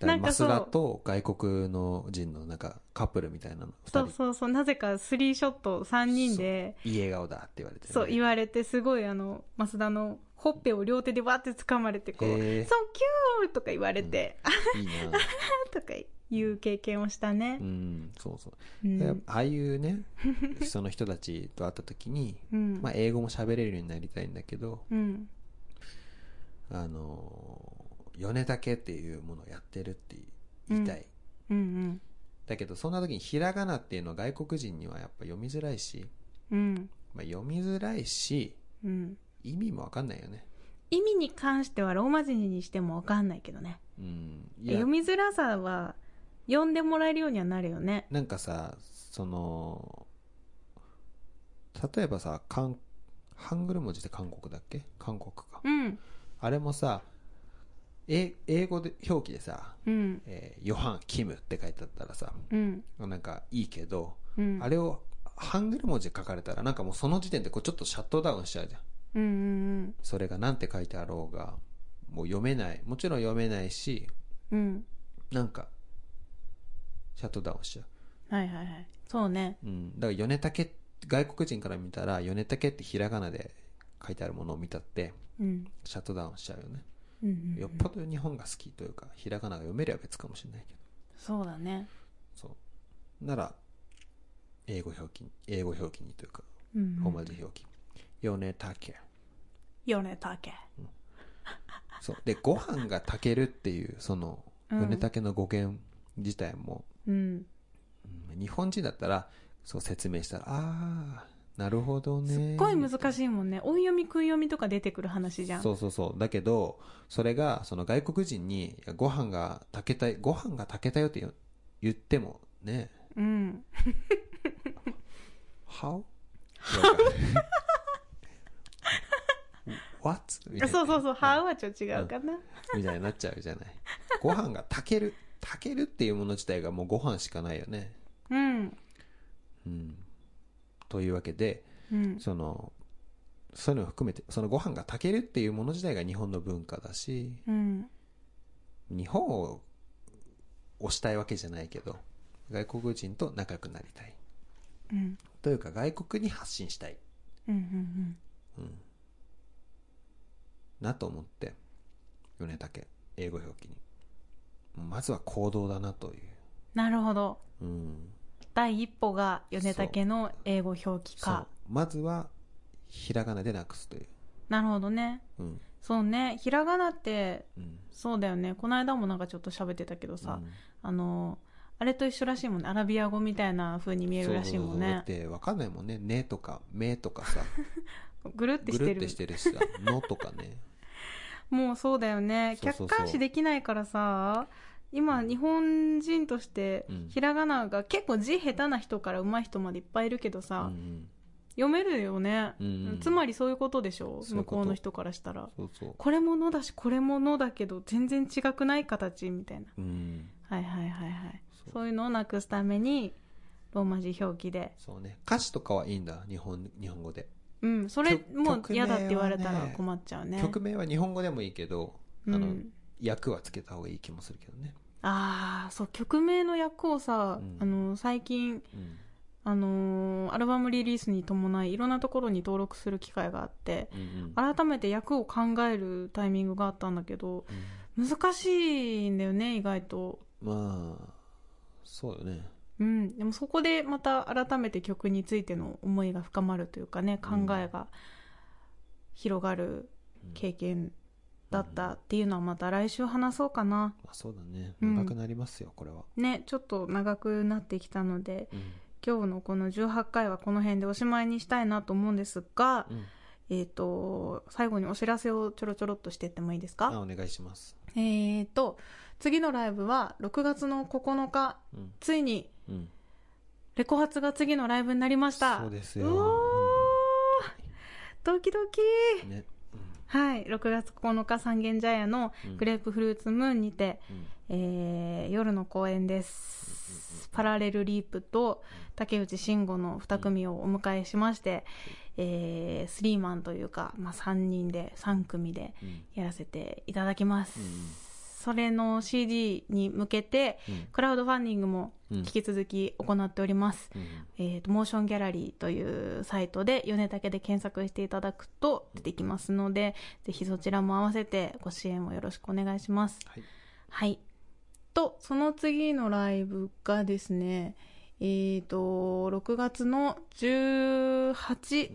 Speaker 2: ら
Speaker 1: なんか
Speaker 2: マス
Speaker 1: そう
Speaker 2: ラと外国の人のなんかカップルみたいなの
Speaker 1: そ
Speaker 2: 2
Speaker 1: う
Speaker 2: 人
Speaker 1: そうそうなぜかスリーショット3人で
Speaker 2: いい笑顔だって言われてね、
Speaker 1: そう言われてすごいあの増田のほっぺを両手でわーって掴まれてこう「そうキ
Speaker 2: へ
Speaker 1: ュ
Speaker 2: ー
Speaker 1: ー!」とか言われて「あ
Speaker 2: いいな
Speaker 1: ーとかいう経験をしたね
Speaker 2: う、んそうそう
Speaker 1: う
Speaker 2: で
Speaker 1: ん
Speaker 2: ああいう ねその人たちと会った時に、
Speaker 1: うん
Speaker 2: まあ、英語も喋れるようになりたいんだけど
Speaker 1: うん、
Speaker 2: あの米竹っていうものをやってるって言いたい、
Speaker 1: うんうん
Speaker 2: だけどそんな時にひらがなっていうのは外国人にはやっぱ読みづらいし、
Speaker 1: うん
Speaker 2: まあ、読みづらいし
Speaker 1: うん
Speaker 2: 意味もわかんないよね
Speaker 1: 意味に関してはローマ字にしてもわかんないけどね
Speaker 2: うんいや
Speaker 1: 読みづらさは読んでもらえるようにはなるよね
Speaker 2: なんかさその例えばさ韓ハングル文字って韓国だっけ韓国か
Speaker 1: うん
Speaker 2: あれもさえ英語で表記でさ、
Speaker 1: うん
Speaker 2: えーヨハン・キムって書いてあったらさ
Speaker 1: うん
Speaker 2: なんかいいけど、
Speaker 1: うん
Speaker 2: あれをハングル文字で書かれたらなんかもうその時点でこうちょっとシャットダウンしちゃうじゃん
Speaker 1: うんうん
Speaker 2: それが何て書いてあろうがもう読めないもちろん読めないし
Speaker 1: うんうん
Speaker 2: なんかシャットダウンしちゃ
Speaker 1: はいはいはいそうね
Speaker 2: う、うん、だから米竹外国人から見たら米竹ってひらがなで書いてあるものを見たって
Speaker 1: うん
Speaker 2: シャットダウンしちゃうよね、
Speaker 1: うんうん
Speaker 2: よっぽど日本が好きというかひらがなが読めりゃ別かもしれないけど
Speaker 1: そうだね
Speaker 2: そうなら英語表記に英語表記にというか
Speaker 1: うん
Speaker 2: フォーマルで表記、米竹
Speaker 1: 米竹
Speaker 2: そうでご飯が炊けるっていうその
Speaker 1: うん
Speaker 2: 米竹の語源自体も、
Speaker 1: うん
Speaker 2: うん日本人だったらそう説明したらああなるほどね
Speaker 1: すっごい難しいもんね音読み訓読みとか出てくる話じゃん
Speaker 2: そうそうそうだけどそれがその外国人にいやご飯が炊けたいご飯が炊けたよって言う言ってもね
Speaker 1: うん
Speaker 2: 「How?」なんか What? みたいな
Speaker 1: そうそうそう「は」はちょっと違うかな
Speaker 2: みたいになっちゃうじゃないご飯が炊ける炊けるっていうもの自体がもうご飯しかないよね
Speaker 1: うん
Speaker 2: うんというわけで
Speaker 1: うん
Speaker 2: そのそういうのを含めてそのご飯が炊けるっていうもの自体が日本の文化だし
Speaker 1: うん
Speaker 2: 日本を推したいわけじゃないけど外国人と仲良くなりたい
Speaker 1: うん
Speaker 2: というか外国に発信したい
Speaker 1: うんうん
Speaker 2: なと思って米竹英語表記にまずは行動だなという
Speaker 1: なるほど
Speaker 2: うん
Speaker 1: 第一歩が米竹の英語表記
Speaker 2: そ
Speaker 1: 化
Speaker 2: うまずはひらがなでなくすという
Speaker 1: なるほどね
Speaker 2: うん
Speaker 1: そうねひらがなって
Speaker 2: うん
Speaker 1: そうだよねこの間もなんかちょっと喋ってたけどさ、あのあれと一緒らしいもんねアラビア語みたいな風に見えるらしいもん
Speaker 2: そうそうそうだ
Speaker 1: ね
Speaker 2: ってわかんないもんね「ね」とか「め」と かさ
Speaker 1: ぐるって
Speaker 2: ぐ
Speaker 1: して
Speaker 2: るっ
Speaker 1: る
Speaker 2: てしてるし さ「の」とかね
Speaker 1: もうそうだよね
Speaker 2: そうそうそう
Speaker 1: 客観視できないからさ今日本人として
Speaker 2: うん
Speaker 1: ひらがなが結構字下手な人から上手い人までいっぱいいるけど
Speaker 2: う
Speaker 1: さ、
Speaker 2: ん
Speaker 1: 読めるよね、
Speaker 2: うんうん
Speaker 1: つまりそういうことでしょ
Speaker 2: そうい
Speaker 1: 向
Speaker 2: うこと
Speaker 1: こうの人からしたら
Speaker 2: そうそ
Speaker 1: これも「の」だしこれも「の」だけど全然違くない形みたいな
Speaker 2: ううん
Speaker 1: はいはいはいはい
Speaker 2: そう
Speaker 1: そういうのをなくすためにローマ字表記で
Speaker 2: そうね歌詞とかはいいんだ日本日本語で、
Speaker 1: うんそれ
Speaker 2: 曲
Speaker 1: もう嫌だって言われた
Speaker 2: 曲名
Speaker 1: ら
Speaker 2: はね
Speaker 1: 困っちゃうね
Speaker 2: 曲名は日本語でもいいけどあ
Speaker 1: う
Speaker 2: の、
Speaker 1: ん、
Speaker 2: 役はつけた方がいい気もするけどね、
Speaker 1: ああそう曲名の役をさ、
Speaker 2: うん
Speaker 1: あの最近
Speaker 2: うん
Speaker 1: あのーアルバムリリースに伴いいろんなところに登録する機会があって
Speaker 2: うんうん
Speaker 1: 改めて役を考えるタイミングがあったんだけど
Speaker 2: うん
Speaker 1: 難しいんだよね意外と
Speaker 2: まあそうよね
Speaker 1: うん、でもそこでまた改めて曲についての思いが深まるというかね考えが広がる経験だったっていうのはまた来週話そうかな
Speaker 2: まあ、そうだね
Speaker 1: うん
Speaker 2: 長くなりますよ、これは、
Speaker 1: ねちょっと長くなってきたので
Speaker 2: うん
Speaker 1: 今日のこの18回はこの辺でおしまいにしたいなと思うんですが、
Speaker 2: うん
Speaker 1: えっ、と最後にお知らせをちょろちょろっとしてってもいいです
Speaker 2: あ
Speaker 1: か
Speaker 2: お願いします、
Speaker 1: えっ、と次のライブは6月の9日
Speaker 2: うん
Speaker 1: ついに
Speaker 2: うん、
Speaker 1: レコ発が次のライブになりました
Speaker 2: そうです
Speaker 1: うお
Speaker 2: よ、
Speaker 1: ドキドキ
Speaker 2: うんね
Speaker 1: はい6月9日三軒茶屋の
Speaker 2: うん
Speaker 1: グレープフルーツムーンにて、
Speaker 2: うん
Speaker 1: えー夜の公演ですパラレルリープと竹内慎吾の2組をお迎えしまして、えースリーマンというか、まあ、3人で3組で
Speaker 2: うん
Speaker 1: やらせていただきます、
Speaker 2: うんうん
Speaker 1: それの CD に向けて
Speaker 2: うん
Speaker 1: クラウドファンディングも
Speaker 2: うん
Speaker 1: 引き続き行っております、
Speaker 2: うん
Speaker 1: えーとモーションギャラリーというサイトで米竹で検索していただくと出てきますので、ぜひそちらも合わせてご支援をよろしくお願いします
Speaker 2: はい
Speaker 1: はい。と、その次のライブがですね、えっ、と、6月の
Speaker 2: う
Speaker 1: 18、
Speaker 2: ん八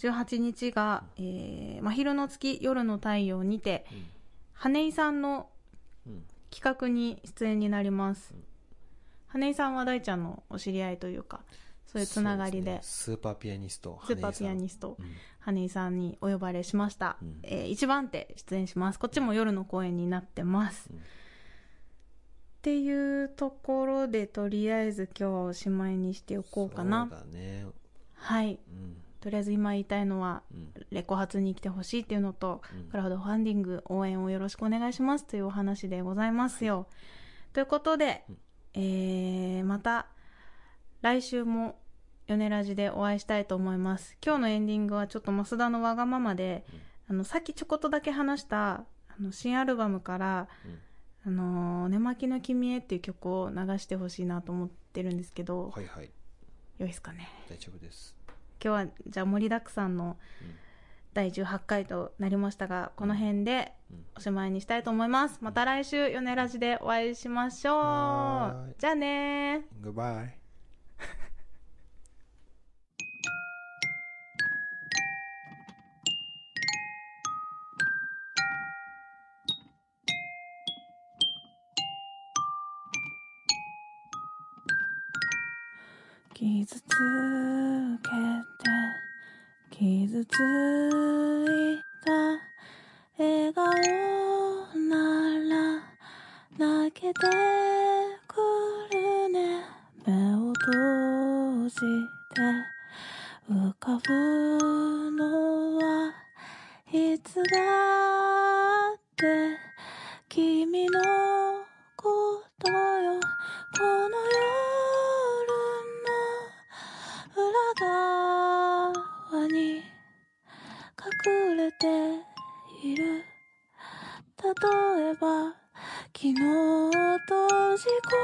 Speaker 1: 18日が、えー、真昼の月、夜の太陽にて、
Speaker 2: うん
Speaker 1: 羽井さんの
Speaker 2: うん
Speaker 1: 企画に出演になります
Speaker 2: うん。
Speaker 1: 羽井さんは大ちゃんのお知り合いというか、そういうつながりで、
Speaker 2: すねスーパーピアニスト
Speaker 1: スーパーピアニスト
Speaker 2: 羽、根井
Speaker 1: 羽井さんにお呼ばれしました。
Speaker 2: うん
Speaker 1: えー、1番手出演します。こっちも夜の公演になってます。
Speaker 2: うん
Speaker 1: っていうところでとりあえず今日はおしまいにしてお
Speaker 2: さん
Speaker 1: こうかな
Speaker 2: そうだね
Speaker 1: はい
Speaker 2: うん
Speaker 1: とりあえず今言いたいのは
Speaker 2: うん
Speaker 1: レコ発に来てほしいっていうのとクラウドファンディング応援をよろしくお願いしますというお話でございますよ、ということで、
Speaker 2: うん
Speaker 1: えーまた来週も米ラジでお会いしたいと思います今日のエンディングはちょっと増田のわがままで、あのさっきちょこっとだけ話したあの新アルバムから
Speaker 2: うん
Speaker 1: あのー寝巻きの君へ」っていう曲を流してほしいなと思ってるんですけど、
Speaker 2: はいはい
Speaker 1: よいですかね
Speaker 2: 大丈夫です
Speaker 1: 今日はじゃあ盛りだくさんの
Speaker 2: うん
Speaker 1: 第18回となりましたがこの辺で
Speaker 2: うん
Speaker 1: おしまいにしたいと思いますまた来週「米ラジ」でお会いしましょう
Speaker 2: はーい
Speaker 1: じゃあねー
Speaker 2: Goodbye.
Speaker 3: 「傷つけて傷ついた」「笑顔なら泣けてくるね」「目を閉じて浮かぶのはいつだって」君のことよこの夜の裏側に隠れている例えば昨日閉じ込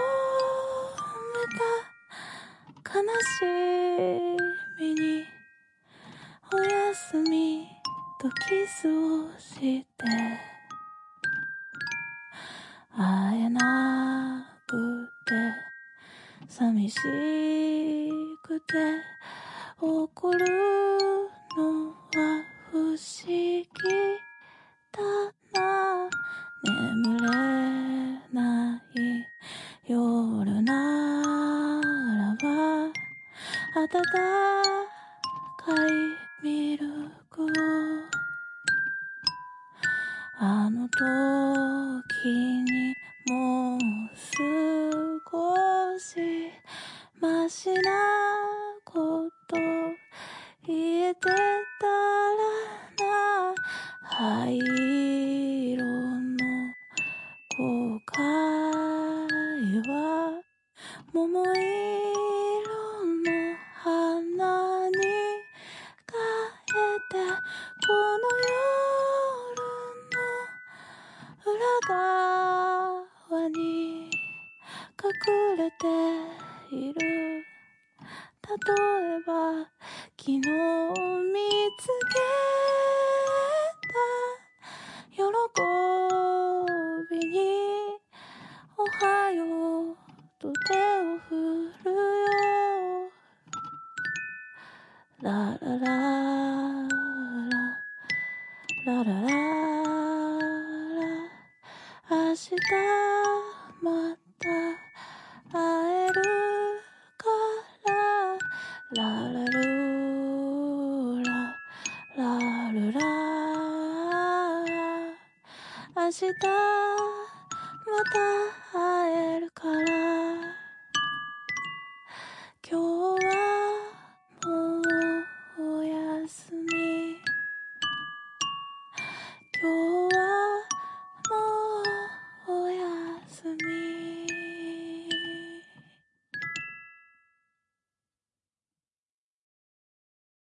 Speaker 3: めた悲しみにおやすみとキスをして会えなくて寂しくて怒るのは不思議だな眠れない夜ならば暖かいミルクをあの時にもう少しマシなこと言えてたらな灰色の後悔は桃色の花に変えてこの夜の裏側に隠れている例えば昨日見つけた喜びにおはようと手を振るよラララララララ日また会えるからララルーララルラ明日また会えるから今日はもうおやすみ